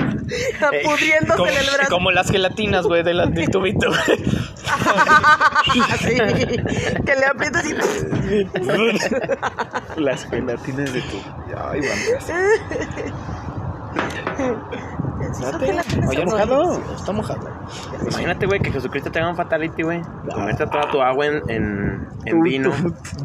Pudriéndose Como, en el brazo. como las gelatinas, güey, de la- del tubito. Ah, Sí, que le aprietas y... Las gelatinas de tu. Ay, vamos. Oye, mojado. Está mojado. Imagínate, güey, que Jesucristo te haga un fatality, güey. Convierte toda tu agua en, en, en vino.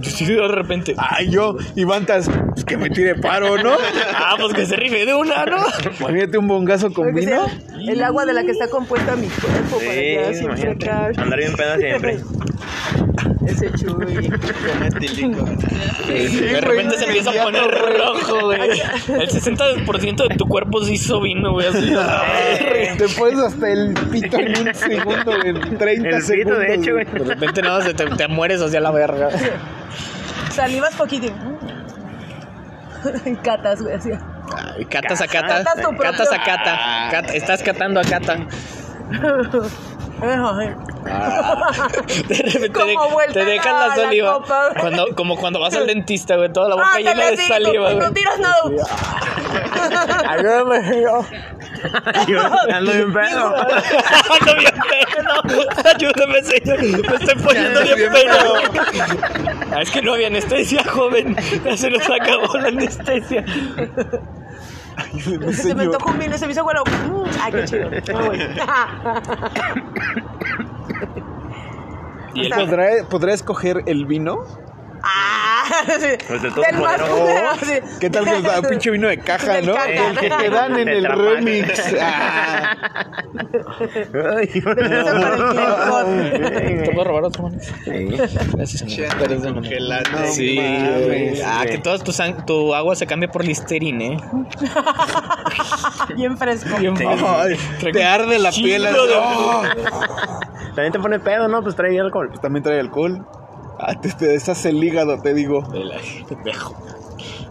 Yo sí, de repente. Ay, yo, Iván, tas- pues que me tire paro, ¿no? Ah, pues que se rife de una, ¿no? Imagínate un bongazo con Porque vino. sea El agua de la que está compuesta mi cuerpo para Sí, allá siempre imagínate. acá. Andar bien peda siempre. Ese chuy. de repente se empieza a poner rojo, güey. El 60% de tu cuerpo se hizo vino, güey. Así. Te pones hasta el pito en un segundo, en 30 El pito, segundos. de hecho, güey. De repente nada más te, te mueres hacia la verga. Salivas poquito. y- Y catas, güey, así. Ay, catas a cata. Catas tu propio- Ah. Catas a cata. Cat- estás catando a cata. De repente Como te- vuelta te dejan la- la la saliva. copa, güey. cuando, como cuando vas al dentista, güey. Toda la boca Ah, te llena de les digo, saliva, No güey. tiras nada. Yo ando bien pedo. Ando bien pedo. Ayúdame, señor. Me estoy poniendo bien, pedo. Ah, es que no había anestesia, joven. Ya se nos acabó la anestesia. Se me tocó un vino, se me hizo bueno. Mm, Ay, qué chido. No, güey. Y el ¿Podrá, podrá escoger el vino? Ah, sí. Pues de todo Del más poderoso. culero, sí. ¿Qué tal que está pinche vino de caja, Del no? caca. El que te dan en el Tetrapack. remix. Ah, Ay, yo Eso para el clericot. ¿Te puedo robar otro, man? Sí. Gracias, amigo. Pero no Sí, mames. Ah, güey. que toda tu, sang- tu agua se cambie por Listerine, ¿eh? Bien fresco. Bien Ay, te arde la piel. ¡ah! Chingo de- Oh, También te pone pedo, ¿no? Pues trae alcohol. Pues también trae alcohol. Ah, te, te deshace el hígado, te digo. De la- pendejo.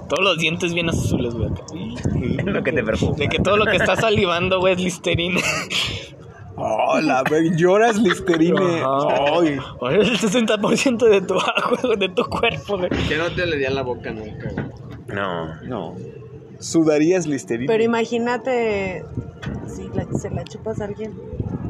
Todos los dientes bien azules, güey. acá. Es lo que te preocupa. De que todo lo que está salivando, güey, es listerina. Hola, ve, lloras listerine. Ajá. Ay, Oye, El 60% de tu agua, de tu cuerpo, güey. Yo no te le di a la boca nunca, güey. No. no. Sudarías listerine. Pero imagínate si la- se la chupas a alguien.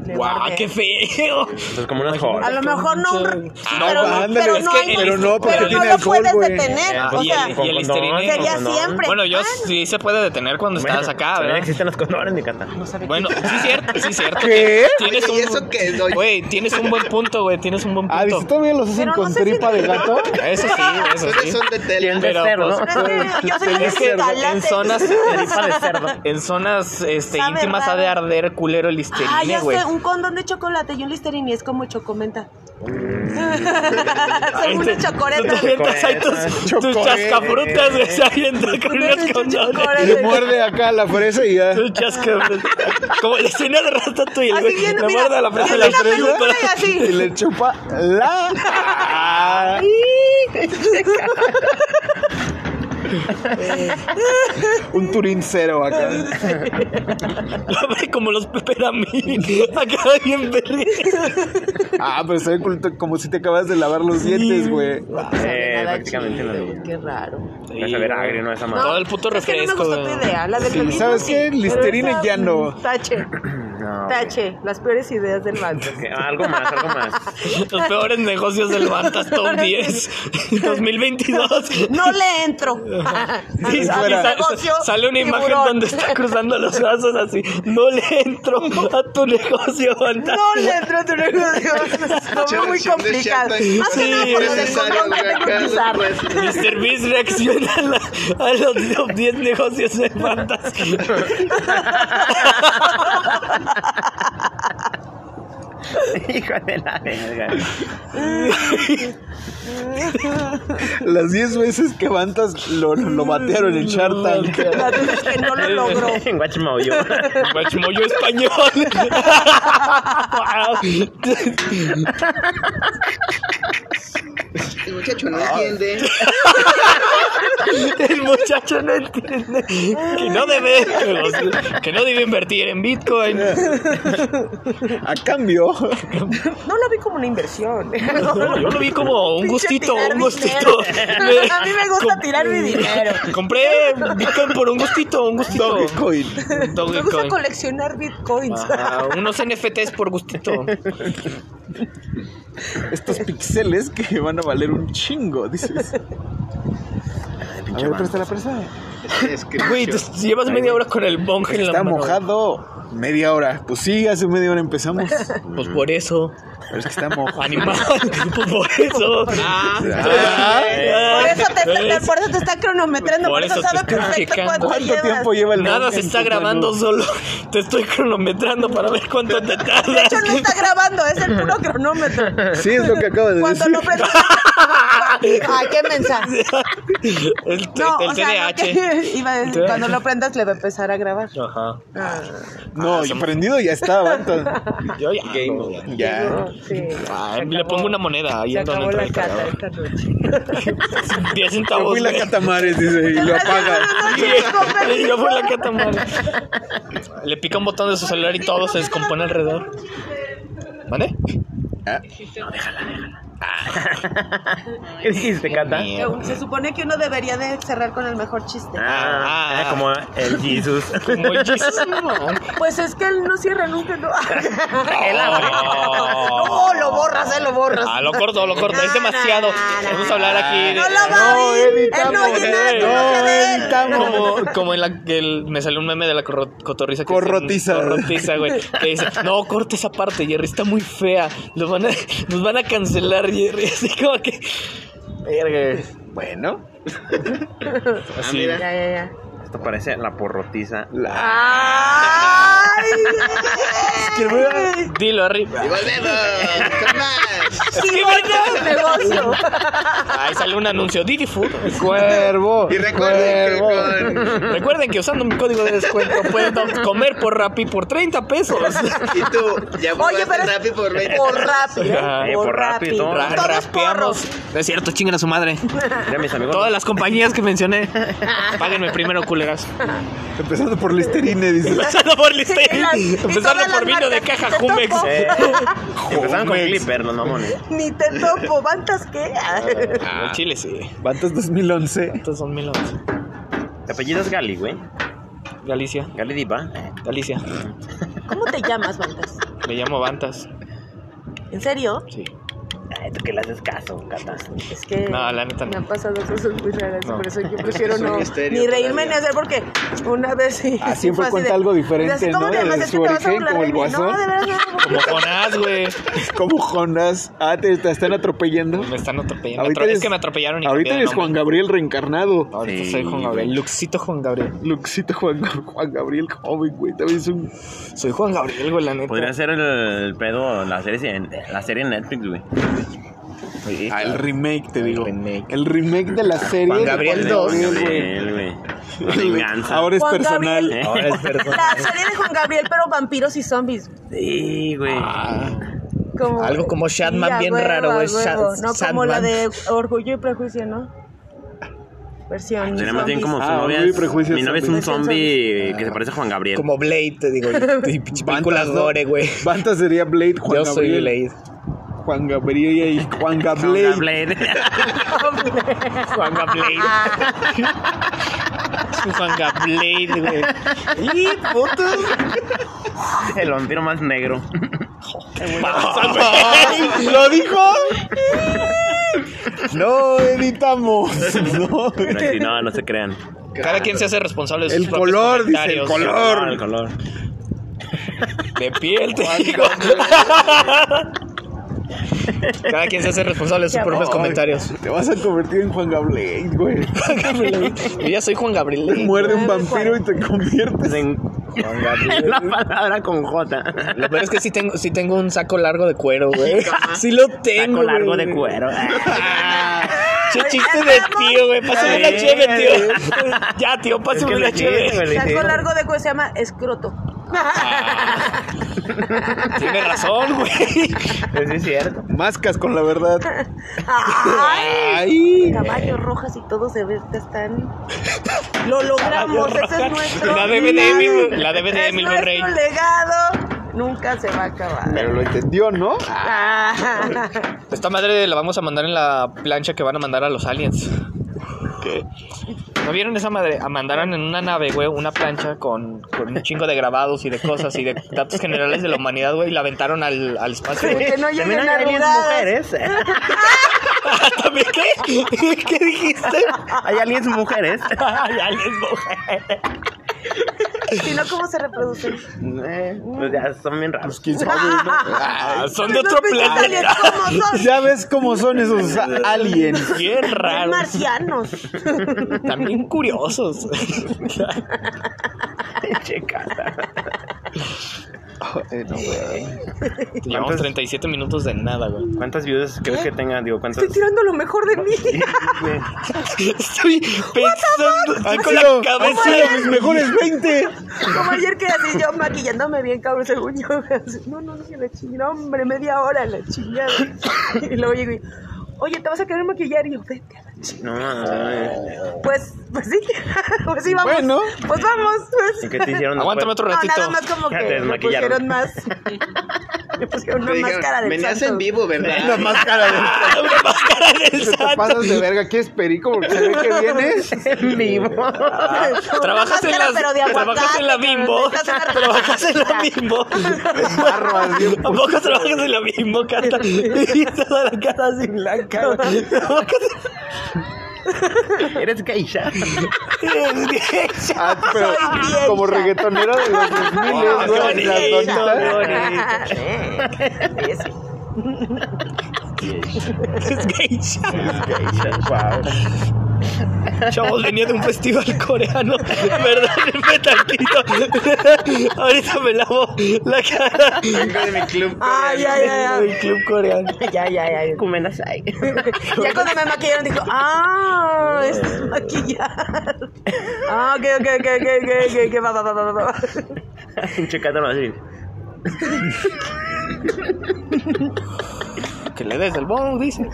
le ¡Guau, arde. qué feo! Es pues como unas jodas. A lo mejor no un. Sí, pero, va, no, ándale, pero es no Ah, que- hay- pero no, porque pero no tiene lo alcohol, puedes güey. detener. Ah, o y sea, el- y el listerine. Sería siempre. Bueno, yo Ah. sí se puede detener cuando estás acá, También ¿verdad? existen los condones, mi cata. Bueno, sí es cierto, sí es cierto. ¿Qué? Tienes Oye, ¿y eso qué es, oye? Güey, tienes un buen punto, güey, tienes un buen Ah, dice, punto. todavía los hacen Pero no con sé si- tripa de gato. Eso sí, eso Ustedes sí. son de tele. Tiende Pero, cerdo. pues, Pero es que yo soy la que se En talate. zonas, Tripa de cerdo. en zonas este, Sabe íntimas ha de raro. arder culero el Ah, listerine, ya güey. sé, un condón de chocolate y un listerine es como chocomenta. Ahí Son te- una chocoreta. Tú te avientas ahí tus, tus chascafrutas, güey, se avienta con Una unos chocoreta. condones. Le muerde acá la fresa y ya. Tus chascafrutas. Como la escena de Ratatouille, Así güey. viene, Le mira, muerde la fresa de la viene la fresa. película y así. Y le chupa la. Ay. Un turín cero acá. Abre como los peperamín. Acá bien verde. Ah, pero se ve culto- como si te acabas de lavar los dientes, güey. Eh, prácticamente no. Qué raro. Vas a ver agrio, no esa Todo madre. el puto es que no me refresco, gustó güey. tu idea, la del Sí, feminismo ¿sabes sí, qué? pero Listerine esa, ya no. mm, Tache, No. Ah, tache, las peores ideas del banco. güey. Algo más, algo más. Los peores negocios del Bantas Top 10 2022. No le entro. Sí, A- a sale- mi sale- negocio, sale una imagen tiburón. donde está cruzando los brazos así. No le entro a tu negocio, Bantas. No le entro a tu negocio. Son muy Versión de complicado. Shark Más Tank. que Sí, nada por lo del necesario, condón que güey, tengo que acá, usar. pues. Mr. Beast reacciona a, la- a los top 10 negocios de Bantas. Hijo de la verga. Las 10 veces que Bantas lo, lo batearon en Shark Tank. La verdad es que no lo logró. En Guachimoyo. Guachimoyo español. Wow. El este muchacho no entiende. El muchacho no entiende que no debe, que no debe invertir en Bitcoin. A cambio, No lo vi como una inversión. No, yo lo vi como un Pinche gustito, tirar un gustito. dinero. A mí me gusta Com- tirar mi dinero. Compré Bitcoin por un gustito, un gustito. Dogecoin. Me gusta Dogecoin. coleccionar bitcoins. Ajá, unos NFTs por gustito. Estos pixeles que van a valer un chingo, dices. A ver, presta la presa. Es que Güey, te- llevas media hora con el bong en la Está mano. mojado. Media hora. Pues sí, hace media hora empezamos. Pues por eso, Pero es que está mojado. animal. Pues por eso. Ah, Por eso te ¿Ves? está, por eso te está cronometrando, eh, Por por eso, eso te sabe estoy perfecto checando. cuánto, ¿Cuánto llevas. tiempo lleva el Nada Bantas se en está tu grabando menú? solo. Te estoy cronometrando para ver cuánto te De tardas. hecho, no está grabando, es el puro cronómetro. Sí, es lo que acaba de Cuando decir. no prende. Ay, qué mensaje. El, No, el o sea, TDAH. no, que- iba a decir, TDAH. cuando lo prendas le va a empezar a grabar. Ajá. Ah, No, y prendido ya está, Bantas. Yo ya. Game no, over. güey. Ya. sí. Ah, le pongo una moneda ahí Se en donde entra acabó la el cata cargador. esta noche. 10 Yo centavos. fui la güey. Catamares, dice, y lo apaga. Sí, Yo fui la catamara. Le pica un botón de su celular y todo se descompone alrededor. ¿Vale? Ah. ¿Qué dijiste, Cata? Se supone que uno debería de cerrar con el mejor chiste. Ah, ah, como el Jesus. Como Jesus. Pues es que él no cierra nunca, ¿no? Él abre. No, lo eh? borras, él lo borras. Ah, lo corto, lo corto. Es demasiado. Vamos a hablar aquí. de- No la va No, a ir. Él evitamos, no oye nada, eh, que no no, se dé. evitamos. Como, como en la que el- me salió un meme de la corro- cotorriza. Que Corrotiza. dice- corrotiza, güey. Que dice, no, corta esa parte, Jerry, está muy fea. Lo van a, nos van a cancelar, Jerry. Así como que... Verga. Bueno, Ah, Así. mira. Ya, ya, ya. Esto parece la porrotiza. la- Ah, Que me- Dilo arriba. Y volvemos con más. Es que Bueno, verdad. negocio. Ahí sale un anuncio Didi Food. Cuervo. Y recuerden que con... Recuerden que usando mi código de descuento pueden do- comer por Rappi por 30 pesos. Y tú, ya Oye, pero. jugaste Rappi por 20 Por Rappi. Ajá. ¿eh? Eh, por Rappi, Rappi. todo. Ra- Todos rapeamos. porros. No es cierto, chingan a su madre. Mira, mis amigos. Todas las compañías que mencioné. Páguenme primero, culeras. Empezando por Listerine, dice. Empezando por Listerine. Sí, las- y Empezando todas las por vino de marcas. caja Te Jumex. topo. Eh, empezaron con Jomex. Clipper, los mamones. Ni te topo, ¿bantas qué? Ah, Chile sí. Bantas 2011. Estos son mil once. Te apellidas Gali, güey. Galicia. Gali Diva. Eh, Galicia. ¿Cómo te llamas, Bantas? Me llamo Bantas. ¿En serio? Sí. Ay, tú que le haces caso, Cata. Es que No, la neta no. me han pasado cosas muy raras, No. por eso yo prefiero no. Ni reírme ni hacer porque una vez sí. Ah, siempre fue así cuenta de- algo diferente, así, ¿cómo ¿no? te llamas? De Es su que te vas a origen, burlar como de el mí. No, guasón. de verdad, no, no. Como Jonás, güey. Como Jonas. Ah, te, te están atropellando. Me están atropellando. Ahorita Atro- eres- Es que me atropellaron y Ahorita cambié de eres Juan nombre. Gabriel reencarnado. Ahorita Sí, soy Juan Gabriel. Luxito Juan Gabriel. Luxito Juan, Juan Gabriel joven, güey. También es un. Soy Juan Gabriel, güey, la neta. Podría ser el, el pedo, la serie, en- la serie en Netflix, güey. Sí. Ah, el remake, te digo. remake. El remake de la serie. Juan de Gabriel Juan 2. Juan Gabriel, eh, Gabriel, güey. La venganza. ¿Eh? Ahora es Juan personal. Eh, Gabriel. Ahora es personal. La serie de Juan Gabriel, pero vampiros y zombies. Sí, güey. Como- Algo como Shadman Sí, a bien huevo, raro, a güey, huevo. Shad- No, como Sandman. la de Orgullo y Prejuicio, ¿no? Versión. Sería más bien como su Ah, novia. Orgullo y es- Prejuicio Mi novia es un zombies. zombie que se parece a Juan Gabriel. Como Blade, te digo. Y, y pinche película Bantas, ¿no? gore, güey. Bantas sería Blade, Yo Juan Gabriel. soy Blade. Juan Gabriel y Juan Juan Gabriel. Gabriel. Juan Gabriel. Juan Gabriel, güey. ¡Y puto! el vampiro más negro. Pasa, güey. ¿Lo dijo? No editamos. No. Pero si no, no se crean. Cada quien se hace responsable de sus El propios color, dice, el comentarios. color. Ah, El color. De piel, te digo. Cada quien se hace responsable de sus propios comentarios. Te vas a convertir en Juan Gabriel, güey. Yo ya soy Juan Gabriel. Te muerde un vampiro y te conviertes en. Juan Gabriel. La palabra con J. Lo peor es que sí tengo, sí tengo un saco largo de cuero, güey. Sí lo tengo. Saco largo güey. de cuero. Ah, che, chiste de tío, güey. Pásame una cheve, tío. Ya, tío, pásame una cheve. Saco largo de cuello se llama escroto. Tiene razón, güey. Sí, es cierto. Mascas con la verdad. ¡Ay! Ay. Eh. Caballos rojas y todo se ve que están. Lo logramos, ese es nuestro. La DVD de Emil- legado. la DVD de Es Emil Monrey. Nuestro legado nunca se va a acabar. Pero lo entendió, ¿no? Ah. Esta madre la vamos a mandar en la plancha que van a mandar a los aliens. ¿No vieron esa madre? A mandaron en una nave, güey, una plancha con, con un chingo de grabados y de cosas y de datos generales de la humanidad, güey, y la aventaron al, al espacio, güey. Que no lleguen También hay aliens arrugadas. mujeres. Ah, ¿También qué? ¿Qué dijiste? Hay aliens mujeres. Ay, aliens, mujer. Si no, ¿cómo se reproducen? Eh, Pues ya son bien raros. ¿Quién sabe, no? Ah, son de Los otro pinches aliens, planeta. ¿Cómo son? Ya ves cómo son esos aliens. Bien Son raros. marcianos. También curiosos. Checata. Eh, no, güey. Llevamos 37 minutos de nada, güey. ¿Cuántas viudas crees que tengan? Digo, ¿cuántas? Estoy tirando lo mejor de mí. güey. Estoy pensando Han con sido, la han cabeza. sido mis mejores 20. Como ayer que así yo maquillándome bien, cabrón, según yo. así, No, no, dije la chingada, hombre, media hora la chingada. Y luego llego y, oye, ¿te vas a querer maquillar? Y yo, vete. a la chingada". No, no, no. Pues, pues sí, pues sí, vamos. Bueno. Pues vamos. ¿Y Pues. qué te hicieron? Aguántame después? otro ratito. No, nada más como que Ya te me pusieron desmaquillaron. más. Me pusieron Te una dijeron, máscara de Venías santo. en vivo, Una ¿verdad? máscara de. Una máscara del Te santo. pasas de verga. ¿Quieres perico? Porque se ve que vienes. En vivo. Una Trabajas Ah, en, máscara, las, pero de trabajas aguacate, en la cabrón, bimbo. estás en la- Trabajas en la bimbo. Barro así, un ¿A poco trabajas en la bimbo, Cata? Y toda la cara así blanca. güey. ¿A poco Eres geisha. eres gay? Ah, pero Soy bien como chafa. reggaetonero de los 2000, Ah, güey, qué las bonito, donitas. Eres gay. Wow. Chavos, venía de un festival coreano. Perdónenme tantito. Ahorita me lavo la cara. Vengo de mi club. Ay, ay, ay, Del club coreano. ay. Ya, ya, ya. Ya cuando me maquillaron dijo, ah, esto es maquillar. Ah, ok, ok, ok, ok, ok, ok, ok, va, va, va, va, va, va. Pinche cátaro así. Que le des el bono, dice.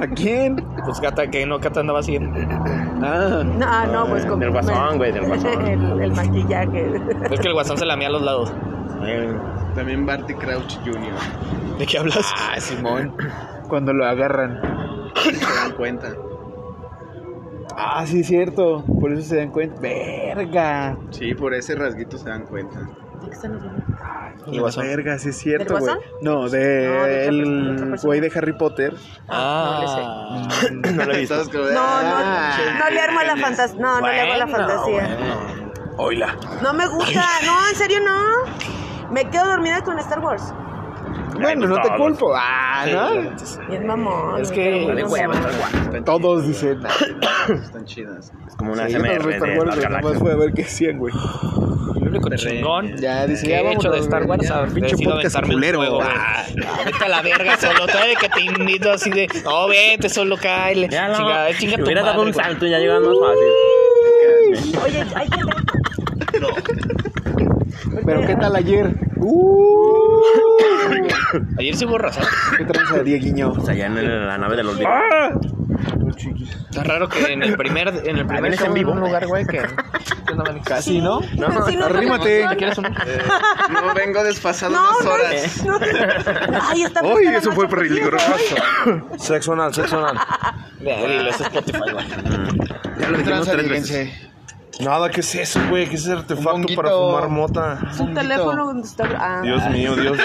¿A quién? Pues Cata, que no, Cata andaba haciendo. Ah, No, ah, no, pues Del como. guasón, güey, del guasón. El, el maquillaje. Es que el guasón se lamía a los lados. Eh, También Barty Crouch Jr. ¿De qué hablas? ah, Simón. Cuando lo agarran. Se dan cuenta. Ah, sí, cierto. Por eso se dan cuenta. Verga. Sí, por ese rasguito se dan cuenta. ¿Y Guasón? Verga, sí es cierto, ¿Del güey. No, de No, de otra persona, de otra el persona. güey de Harry Potter. Ah, no lo he visto. Estabas como de, No, no, "Ah, no le armo a la fantasía. No, no le hago a la Bueno, fantasía. Oila. No me gusta, no, en serio no. Me quedo dormida con Star Wars. Bueno, no te Todos. culpo. Ah, ¿no? Bien mamón. Es que- pero De no hueva, sé. tal cual. están Todos dicen. ah, chidas, Están chidas. Es como una sí, yo SMR también de Star Wars, Dark güey, Galaxy. nomás fue a ver qué hacían, güey. el único chingón. Ya, dice, que ya he vamos hecho de Star Wars ya, a pinche decido podcast aventarme un culero. juego, güey. Ah, Vete a la verga solo, todavía que te invito así de, no, vete solo, Kyle. Ya no. Chinga, eh, chinga Si tu hubiera dado madre, un güey. salto y ya llegaba más fácil. Oye, hay que ver. Ah. Pero qué tal ayer? Uh, Ayer sí hubo razón. qué tranza, Dieguiño. O sea, ya en la nave de Ah, los Está raro que en el primer, en el primer vienes show en vivo. un lugar, güey, que... Casi, ¿no? No, sí, no, arrímate. no, no, ¿Quieres un...? Eh, no vengo desfasado No, unas no, horas. no. Ay, está Uy, puesta la eso fue noche, peligroso. Sexo anal, sexo anal. Ve, dilo, es Spotify, güey. Ya lo Tranza, dijimos tres Dieguense. veces. Nada, ¿qué es eso, güey? ¿Qué es ese artefacto honguito. para fumar mota? Su teléfono donde está. Ah, Dios mío, Dios.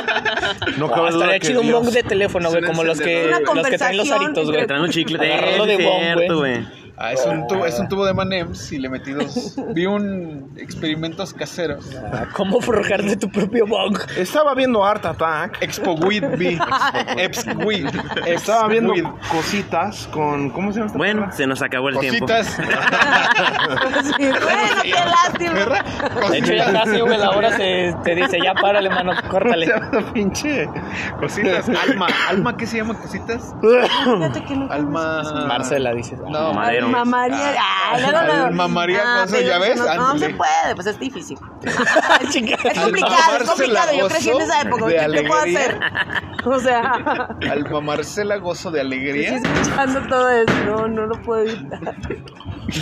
No Ah, cabe duda estaría que chido un bong Dios. de teléfono, güey, Es un como los que, encendedor, güey. los que traen los Una aritos, güey. conversación Traen un chicle de Agarrarlo de bomb, cierto, güey. güey. Ah, es un, tubo, es un tubo de Manems y le metí dos. Vi un experimentos caseros. ¿Cómo forjarte tu propio bong? Estaba viendo Art Attack. Expo Weed vi. Expo Weed. Estaba viendo cositas con. ¿Cómo se llama esta Bueno, se nos acabó el tiempo. Cositas. sí, bueno, qué lástima. De hecho, ya casi, güey, la hora se te dice, ya párale, mano, córtale. Pinche. Cositas. Alma. Alma, ¿qué se llama cositas? Fíjate que no. Alma. Marcela, dices. No, Madero. Alma María. Ah, luego la- Alma María, José, pero ¿ya ves? Ah, No, no Ándale. se puede, pues es difícil. Chinga. Es complicado, es complicado. Yo crecí en esa época. De ¿Qué puedo alegría. hacer? O sea, Alma Marcela Gozo de Alegría. estoy escuchando todo eso. No, no lo puedo evitar.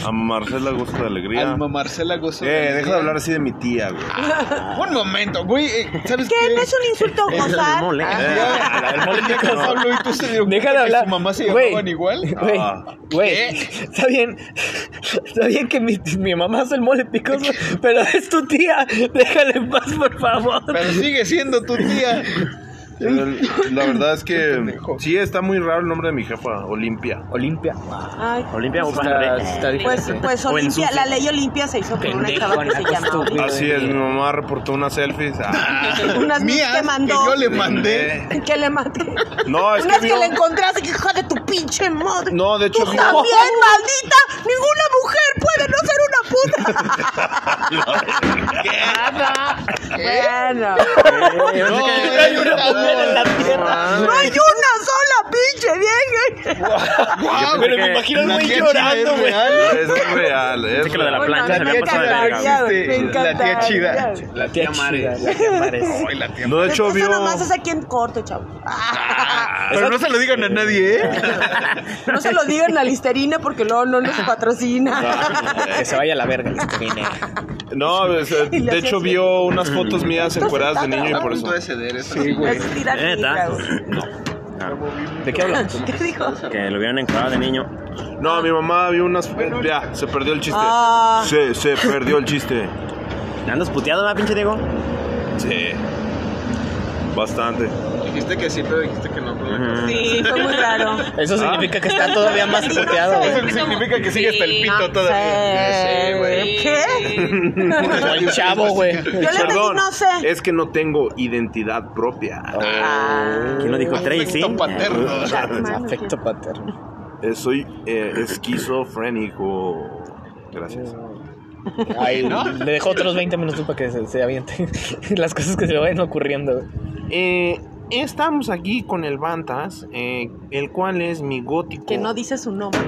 A Marcela gusta de alegría. Alma Marcela Gozo Eh, deja de hablar así de mi tía, güey. Un momento, güey. eh, ¿Sabes qué? ¿Qué? ¿No es un insulto Es el gozar? mole. Eh, Ah, Eh, Ya, ya que Pablo y tú se Deja de dio cuenta que hablar. su mamá se Güey. llamaban igual. Güey, Ah. güey, ¿Qué? está bien, está bien que mi, mi mamá hace el mole picoso, pero es tu tía, déjale en paz, por favor. Pero sigue siendo tu Eh, tía. Pero La verdad es que sí está muy raro el nombre de mi jefa, Olimpia. Olimpia, Ay, Olimpia, pues, ufa, hombre. Pues, pues O en Olimpia, sucio. la ley Olimpia se hizo por una Pendejo, chava que se naco llama estúpido. Olimpia. Así es, mi mamá reportó unas selfies. Ah, Unas Mía, que mandó. yo le mandé. Que le maté. Eh, No, es Unas que que, vio- le encontraste, que hija de tu pinche madre. No, de hecho Tú vio- también, maldita. Ninguna mujer puede no ser una puta. Bueno. No, Hay una mujer en la tierra. Ah, No hay una sola pinche vieja. Guau, Pero me que imagino al la güey tía chida llorando, es güey. real. es real. Es Pensé que lo de la real. Bueno, plancha se la había tía pasado de verga. güey. chida, güey, güey. me La tía chida. encantaría. La Tía tía Mares. chida, la tía Mares. Ay, la tía. No, de hecho Eso vio. nomás es aquí en corto, chavo. Ah, Pero no se lo digan a nadie, ¿eh? No se lo digan a Listerina porque luego no nos Ah, patrocina. Que se vaya a la verga, Listerine. No, es- Y le de hecho hacía vio unas fotos mías encueradas de niño y A por punto de eso. ceder eso. Sí, güey. Es tirar Neta. mierda, güey. ¿De qué hablamos? ¿Qué dijo? Que lo hubieran encuadrado de niño. No, mi mamá vio unas. eh, Ya, se perdió el chiste. Ah. Sí, se perdió el chiste. ¿Le andas puteado, la pinche Diego? Sí. Bastante. Dijiste que sí, pero dijiste que no. pero- Sí, fue muy raro. Eso significa que está todavía más puteado, güey. Significa que sigue hasta el pito todavía. Sí, güey. ¿Qué? Como el chavo, güey. Yo le pedí, Perdón, no sé. es que no tengo identidad propia. Ah, ¿Quién lo dijo? Tracy. Afecto paterno. Chapman, Afecto paterno. Eh, soy eh, esquizofrénico. Gracias. Ay, Le dejo otros 20 minutos para que se, se aviente las cosas que se le vayan ocurriendo. güey. Eh, estamos aquí con el Bantas, eh, el cual es mi gótico. Que no dice su nombre.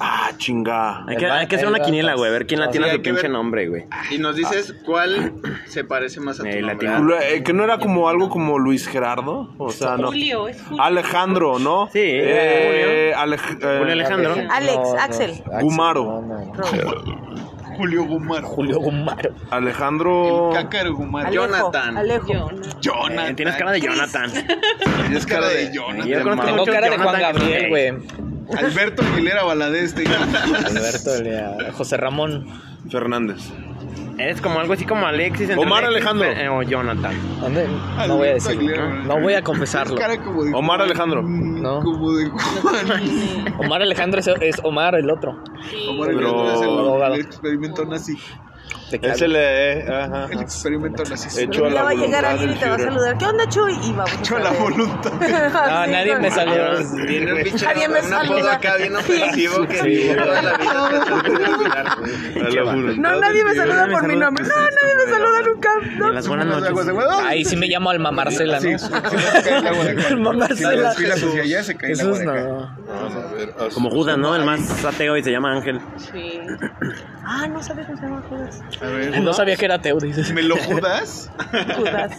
Ah, chinga. Hay El que, ba- hay que hacer el una quiniela, Baltas. güey, a ver quién la Sí, tiene a hay su que pinche ver. Eh, nombre, güey. Y nos dices cuál se parece más a tu Eh, la nombre. tengo. ¿verdad? Eh, que no era como algo como Luis Gerardo. O sea, no. Julio, es Julio. Alejandro, ¿no? Sí, Eh, Alej- eh, Julio Alejandro. Alex, Axel. Gumaro. no, no, no. Robert. Julio Gumaro. Julio Gumaro. Oh. Alejandro. El cácaro Gumaro. Alejo, Jonathan. Alejo. Yo, no. Jonathan. Eh, Tienes cara de Jonathan. Tienes cara de Yo Jonathan. conozco mano. Tengo muchos cara de Juan Jonathan que son Gabriel, gays. güey. Alberto Aguilera Valadez. este te digo. Alberto, Lea- José Ramón, Fernández. Eres como algo así como Alexis. entre Omar Alexis, Alejandro. eh, o Jonathan. ¿dónde? No voy a Alberto decirlo, Aguilera ¿no? Valadez. No voy a Tienes confesarlo. cara como de Omar Juan, Alejandro. No. Como de Juan. Omar Alejandro es, es Omar el otro. Omar Pero- Alejandro es el- Abogado. el experimento nazi. Te Es cago. el. eh, ajá. El experimento nazi. Hecho a Le la va a llegar voluntad alguien del y te va a Führer. saludar. ¿Qué onda, Chuy? Y vamos. Hecho a la voluntad. No, nadie me saludó. Tiene un pinche Nadie me una foto saluda. acá bien ofensivo que Sí. toda la vida te trató de olvidar. A la voluntad No, nadie del me Führer. saluda por mi nombre. No, nadie me saluda nunca. En No. las buenas noches. Ahí sí me llamo Alma Marcela, Sí, ¿no? sí, sí, sí, sí, agua de Juan. Mamá Si Sala. le das filas hacia allá, se cae la Eso es agua de Juan. no. Como Judas, ¿no? El más ateo y se llama Ángel. Sí. Ah, no sabía cómo se llama Judas. A ver, No sabía que era Teo, dices. ¿Me lo judas? Judas.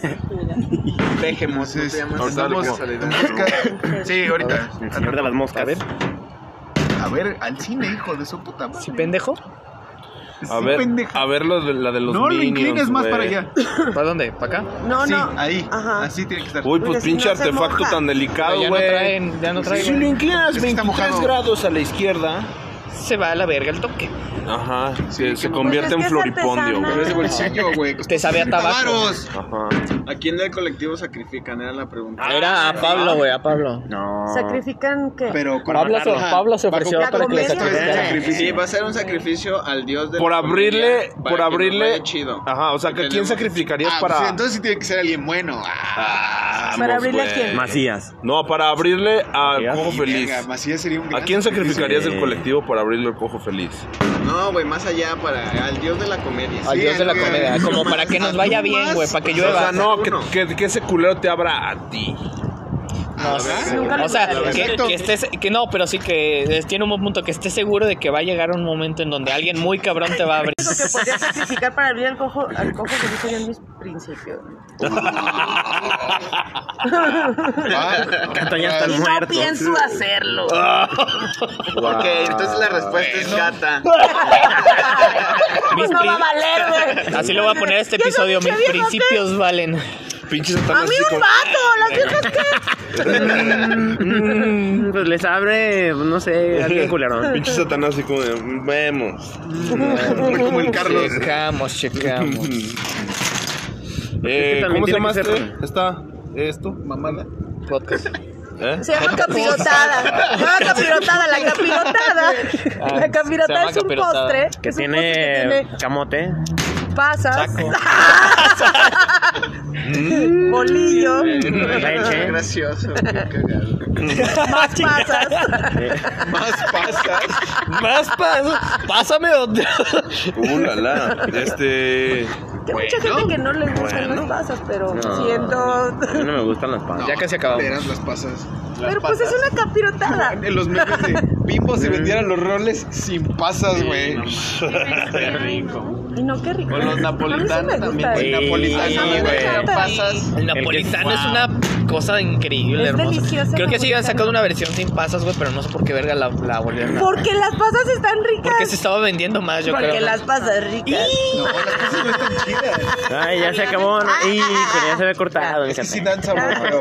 Dejemos. Ahorita le pongo. Sí, ahorita. El señor de las moscas. A ver, al cine, hijo de su puta madre. ¿Sí, pendejo? A ver, a ver lo de- la de los No lo Minions, inclines más güey. para allá. ¿Para dónde? ¿Para acá? No, Sí, no. ahí. Ajá. Así tiene que estar. Uy, pues Porque si pinche no se artefacto moja. tan delicado, ya no güey. traen, ya no Si lo traen. inclinas Es que está 23 mojado. grados a la izquierda, Se va a la verga el toque. ajá, Sí, se, que se no- convierte Pues es en que es floripondio, artesana. Pero güey. es de bolsillo, güey. Te sabe a tabaco. Varos. Ajá. ¿A quién del colectivo sacrifican? Era la pregunta. Ah, Era a Pablo, güey, a Pablo. No. ¿Sacrifican qué? Pero con Pablo se, matarlo. Pablo se Va a ofreció comprar para que le comedia. sacrificara. sacrificio. Sí, va a ser un sacrificio al dios de la Por comedia abrirle, para que por nos abrirle, vaya chido. Ah. ajá, o sea, que quién Tenemos- sacrificarías Ah, para, pues, entonces sí tiene que ser alguien bueno. Ah, ¿Para abrirle güey. a quién? Macías. no, para abrirle al Ya, cojo y feliz. verga, Macías sería un ¿A gran quién sacrificio. sacrificarías Sí. el colectivo para abrirle al cojo feliz? No, güey, más allá para al dios de la comedia. Al Sí, dios de la alguien- comedia. Como para que nos vaya bien, güey, para que o llueva. sea, no, que, que- que ese culero te abra a ti. A ver, O sea, que, Exacto. que estés, que no, pero sí que es- tiene un buen punto, que estés seguro de que va a llegar un momento en donde alguien muy cabrón te va a abrir. Lo único que podría sacrificar para abrir el cojo, al cojo que dijo yo en mis principios. Gato ya Y están no muertos. pienso hacerlo. Ok, entonces la respuesta es gata. Mis Pues no va a prin- valer, güey. Así lo voy a poner a este Ya soy episodio, mis pinche vieja, principios valen. Pinche ¿qué? A satanás mí así un como- vato, las viejas que. Mm, Pues les abre, no sé, alguien culerón. Pinche satanás así como de, vemos. Como el Carlos. Checamos, checamos. Eh, también ¿Cómo tiene se llama que este? ser- Está esto, Mamada. Podcast. ¿eh? Se llama capirotada. Se llama capirotada, la capirotada. Ah, La se llama capirotada es un capirotada. postre. Que es un postre que tiene tiene camote. pasas, Saco. bolillo, Leche. Gracioso. qué cagado. más pasas. Eh, Más pasas. Más pas- Pásame otro. Uh, la, la. Este. Que mucha gente que no le gustan Bueno. las pasas, pero No. siento. A mí no me gustan las pasas. Ya casi acabamos. Eran las pasas. Pero pues es una capirotada. En los memes de Bimbo se vendieran los roles sin pasas, güey. Y no, qué rico. Con los napolitanos a mí sí me también. gusta, Con ¿eh? Sí, napolitanos, güey. Pasas. El napolitano es una cosa increíble, Es hermosa. delicioso Creo que sí iban napolitano. sacando una versión sin pasas, güey, pero no sé por qué verga la, la volvieron. a- Porque las pasas están ricas. Porque se estaba vendiendo más, yo Porque creo. ¿no? las pasas ricas. No, las pasas no están chidas. Ay, ya se acabó. ¿no? Y pero ya se había cortado. Es que sí fíjate. dan sabor, pero.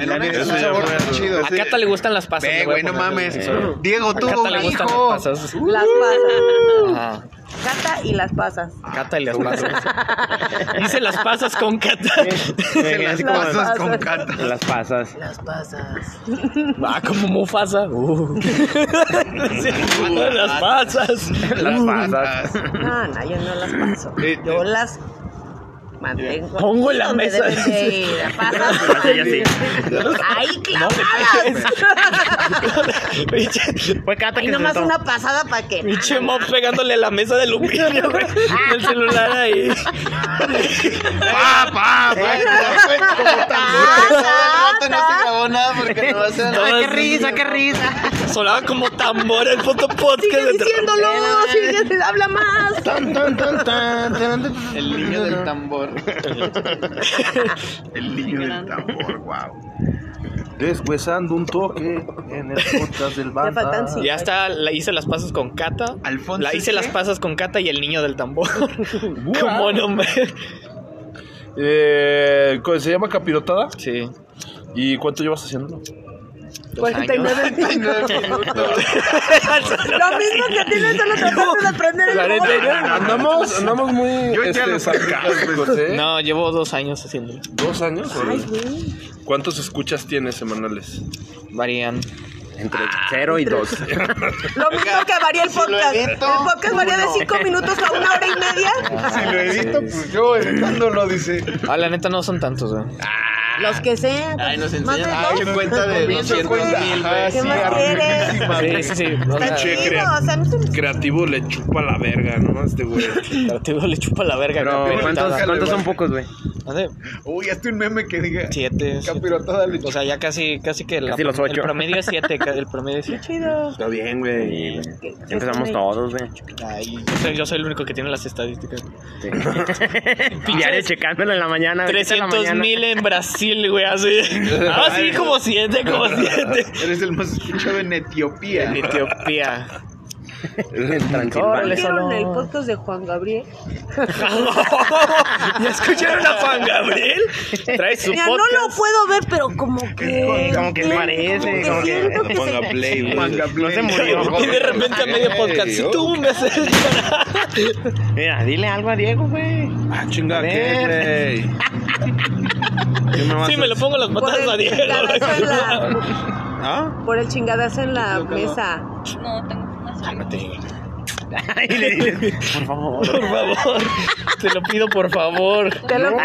En la neta es un sabor tan chido. A Cata le gustan las pasas. Pues Ve, le voy a Eh, güey, no poner mames. en el episodio. Diego A tuvo Cata un le gustan hijo. las pasas. Las pasas. Ajá. Cata y las pasas. Cata y las pasas. Hice las pasas con Cata. Me quedé así como Las Pasas con pasas. cata. en las pasas. Ah, como Mufasa. Uh. Sí, Ah, las pasas. Las pasas. No, no, yo no las paso. Eh, Yo las mantengo. Pongo en la donde mesa. deben de ir, pásate. Así, así. Ahí clavadas. Pinche- Fue Cata Ahí que se nomás sentó. una pasada para que. Pinche mob pegándole a la mesa de aluminio, güey. El celular ahí. ¡Pa, pa, pa! Ah, no se grabó nada porque no va a ser No, ¡Qué sí. risa, qué risa! Sonaba como tambor el puto podcast. ¡Sigue de- diciéndolo! ¡Sigue! ¡Habla más! Tan, tan, tan, tan, tan, tan. el niño del tambor. El niño del tambor, wow. Deshuesando un toque en el podcast del banda. faltan cinco. Ya está, la hice las pasas con Cata. Alfonso, La hice ¿qué? las pasas con Cata y el niño del tambor. Como no me. Eh, ¿cómo ¿Se llama capirotada? Sí. ¿Y cuánto llevas haciéndolo? Dos años. 49 Lo mismo que a ti no solo trataste de aprender el Cuarenta y nueve. humor. Andamos, andamos muy Yo ya este, lo sé. sarcásticos, ¿eh? No, llevo dos años haciéndolo. ¿Dos años? Ay, güey. ¿Cuántos escuchas tienes semanales? Varían. Entre 0 y 2. Lo mismo que varía el podcast. El podcast varía de 5 minutos a una hora y media. Si lo edito, pues yo editándolo, dice. Ah, la neta no son tantos, güey. Los que sean. Ay, nos Más de enseñan. dos. Ay, cuenta de Bien, 200 cuenta. mil, Ajá, Ah, güey. ¿Qué sí, más quieres? arruinísima, Sí, güey. sí, sí. O sea, Está Che, chido. crea- O sea, no se Creativo le chupa la verga, ¿no? Este güey. el tío le chupa la verga. Pero, capirotada. ¿cuántos, cuántos son pocos, güey? ¿Dónde? Uy, hasta un meme que diga. Siete. siete. Capirotada le O sea, ya casi, casi que la- Casi los ocho. el promedio es siete. ca- El promedio es siete. chido. Está bien, güey. Sí, güey. Siempre somos todos, güey. Ay, yo soy, yo soy el único que tiene las estadísticas. Pillaré checándolo en Ah, la mañana. güey. ¿Qué tal la 300 mañana? mil en Brasil, güey, así. Ah, sí, como siete, como siete. Eres el más escuchado en Etiopía. En Etiopía. En Transilvania. ¿Vieron el pues. podcast de Juan Gabriel? ¿Ya escucharon a Juan Gabriel? Trae su Mira, no lo podcast. puedo ver, pero como que. como que siento- parece, Como como que que- siento que se. Ponga play, güey. Manga No se murió. y de repente a medio podcast, si tú me haces llorar. Mira, dile algo a Diego, güey. Ah, chinga, A ver. ¿qué, güey? ¿Qué me vas Sí, a me lo pongo las Por patas a el Diego. chingadazo en la, ¿Ah? por el chingadazo en la mesa. No, tengo una sola. Y le dile, por favor. Por favor, te lo pido por favor. Te lo Ya,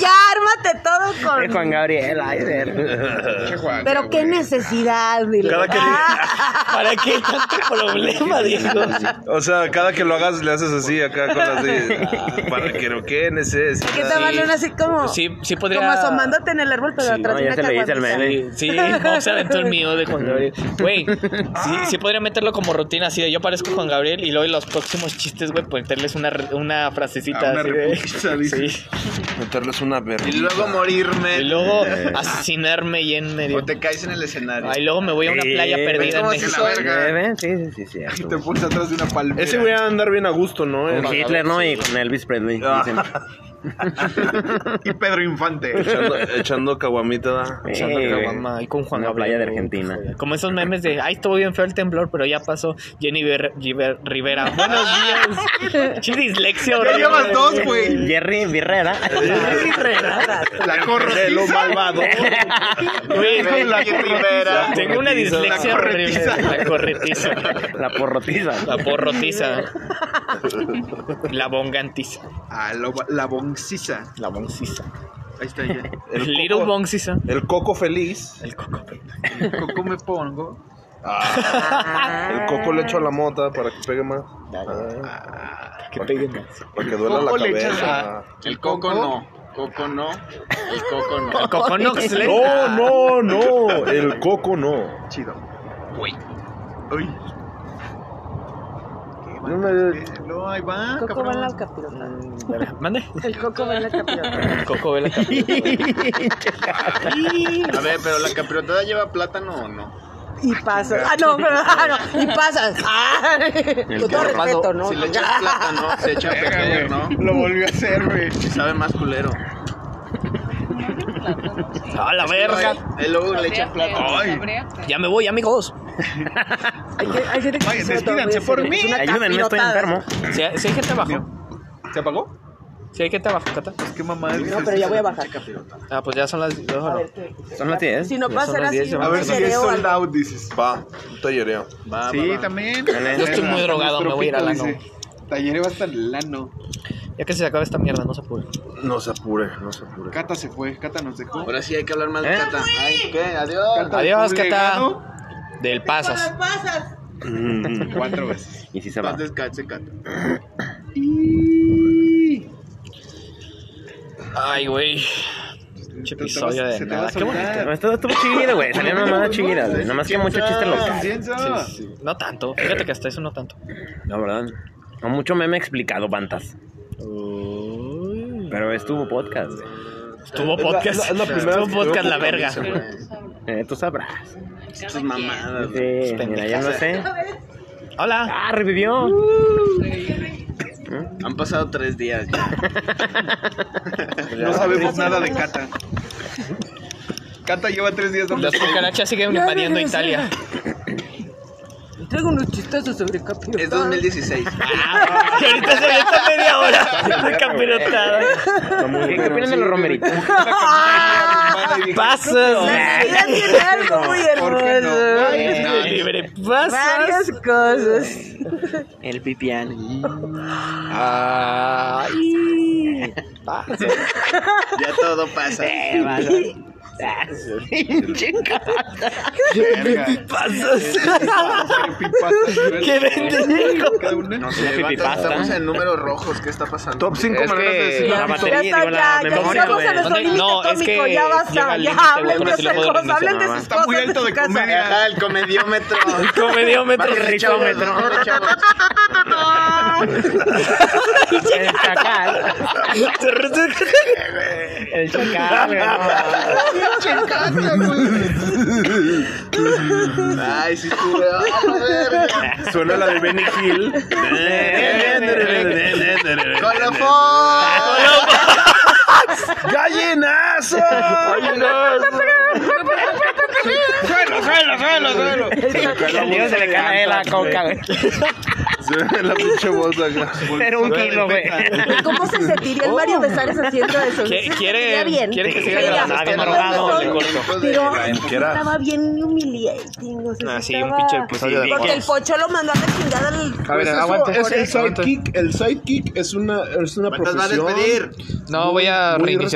ya, ármate todo Eh, Juan con. Gabriel, ay, ver. Pero qué necesidad, dile. Cada que- Ah, ¿Para qué tanto problema, Diego? O sea, cada que lo hagas le haces así acá con las de. "Ah, Para que lo que necesites. que te valen así como. Sí, sí podría. Como asomándote en el árbol, pero Sí, atrás no, de ya una se le dice al caguamita. meme. Sí, sí, no se aventó el mío de Juan Gabriel. Güey, sí, sí podría meterlo como rutina así de yo parezco Juan Gabriel y luego en los próximos chistes, güey, pues, meterles una, re- una frasecita Ah, una así de- repucha, dice. Sí. Meterles una verga. Y luego morirme. Y luego Eh. asesinarme y en medio. O te caes en el escenario. Ay, luego me voy a una Sí, playa ven perdida en cómo se México. la ve. verga. Eh, ven, Sí, sí, sí, sí. Y te pones atrás de una palmera. Ese voy a andar bien a gusto, ¿no? Con Eh, Hitler, ¿no? Y con Elvis Presley. Ah. dicen. Y Pedro Infante. Echando, echando caguamita. ¿da? Eh, Echando caguama ahí con Juan Una Gabriel, playa de güey. Argentina. Como esos memes de, ay, estuvo bien feo el temblor, pero ya pasó. Jenny Ver- Giver- Rivera, buenos días. Che dislexia, Ya horrible, llevas dos, güey. Jerry Virrera. Jenny Rivera. La corro. De lo malvado. Güey, La Rivera. Tengo una dislexia La horrible. corretiza. La corretiza. La porrotiza. La porrotiza. La bongantiza. Ah, lo- la boncisa. La boncisa. Ahí está ya. El Little coco- boncisa. El coco feliz. El coco. ¿Cómo me pongo? Ah. El coco le echo a la mota para que pegue más. Ah, Que peguen. Para que duela la Coco le echas cabeza. El coco no. Coco no. El coco no. El coco Ah, Noxley. No, no, no. El coco no. Chido. Güey. Uy. No me- No, ahí va, Coco va en la cabrón. capirota. Mande. El coco va en la capirota. El coco ve la capilla. A ver, pero la capriotada lleva plátano o no? Y pasas. Ah, no, pero, ah, no. Y pasas. Ah, con todo respeto, ¿no? Si le echas plátano, se echa a perder, ¿no? Lo volvió a hacer, güey. Y sabe más culero. A la verga. Y luego le echan plátano. Ya me voy, amigos. Hay que- hay gente que Oye, se lo toma despídanse muy por en serio. mí. Es una Ayúdenme, estoy capirotada. enfermo. Si hay, si hay gente abajo. ¿Se apagó? Si hay gente abajo, Cata. ¿Qué mamá es? No, pero ya voy a bajar. Ah, pues ya son las. dos, A ¿no? ver, ¿qué? Son las 10. Si no Ya pasa son ser las así, diez, ya un A ver si es video, sold algo. out, dices. Va, un tallereo. Va, Sí, va, va. también. Yo estoy muy Hasta drogado, nuestro me voy a ir al pito ano. dice, Tallereo hasta el ano. Ya que se acaba esta mierda, no se puede. No se apure, no se apure. Cata se fue, Cata nos dejó. Ahora sí hay que hablar mal de ¿Eh? Cata. Ay, ¿qué? Adiós. Cata Adiós, dejó un legado. Cata. Del pasas. pasas? Mm, Cuatro veces. Y si se va. Paz descanse, Cata. Ay, güey. Pinche Te- te episodio vas- de se te nada. vas a Qué bonito. olvidar. No, esto estuvo chido, güey. Salieron mamadas chidas, güey. Nada más que mucho chiste local. Piensa. No tanto. Fíjate que hasta eso no tanto. La verdad. Con mucho meme explicado, bantas. Pero estuvo podcast, güey. Estuvo podcast. Estuvo podcast la verga. Eh, tú sabrás. Sus mamadas. güey. Sí, mira, ya no sé. Hola. Ah, revivió. Han pasado tres días ya. No sabemos nada de Cata. Cata lleva tres días dando Las cucarachas siguen invadiendo Italia. Traigo unos chistazos sobre Capio. Es 2016. Y ahorita se avienta media hora de capirotada. ¿Qué, qué opinan de los romeritos? arrumbada y dije, Pasas. La ciudad tiene algo muy ¿Por qué no? hermoso. Libre pasas. Varias cosas. El pipián. Ay. Pasas. Ya todo pasa. "Verga". Creepypasta. ¿Qué vende? Cada una. No sé, Una vato, pipipasta. estamos en números rojos. ¿Qué está pasando? Top 5 Es maneras de que decir la bonito. batería, Ya está, digo, ya, la ya memoria, llegamos güey. a nuestro ¿Dónde- límite no, es cómico, que ya llega basta, al ya límite, güey, hablen de porque si otra luego cosa, dormimos, hablen de mamá. sus Está muy cosas alto su de casa. comedia. Ajá, Ah, el comediómetro. Comediómetro, Bájenle, chavos, rizómetro. bájenle, chavos. El chacal. El chacal, güey. no. Ay, sí estuve. Ah, la verga. Suena la de Benny Hill. ¡Colofón! ¡Gallinazo! Suelo, suelo, suelo, suelo. El tío se le cae la coca, güey. Suena la pinche voz acá. Era un kilo, güey. ¿Cómo se sentiría el Mario Besares haciendo eso? ¿Qui- ¿Se quiere- sentiría bien? quiere que siga Sería, grabando? pues, Ah, bien todo drogado, eso, le corto. Pero Quiera. estaba bien humiliating. O sea, Ah, sí, un estaba- pinche episodio de Porque el pocho lo mandó a la chingada al... A Pues ver, aguanta. el sidekick, el sidekick es una, es una ¿Cuántas va a despedir? No, voy a muy reiniciar.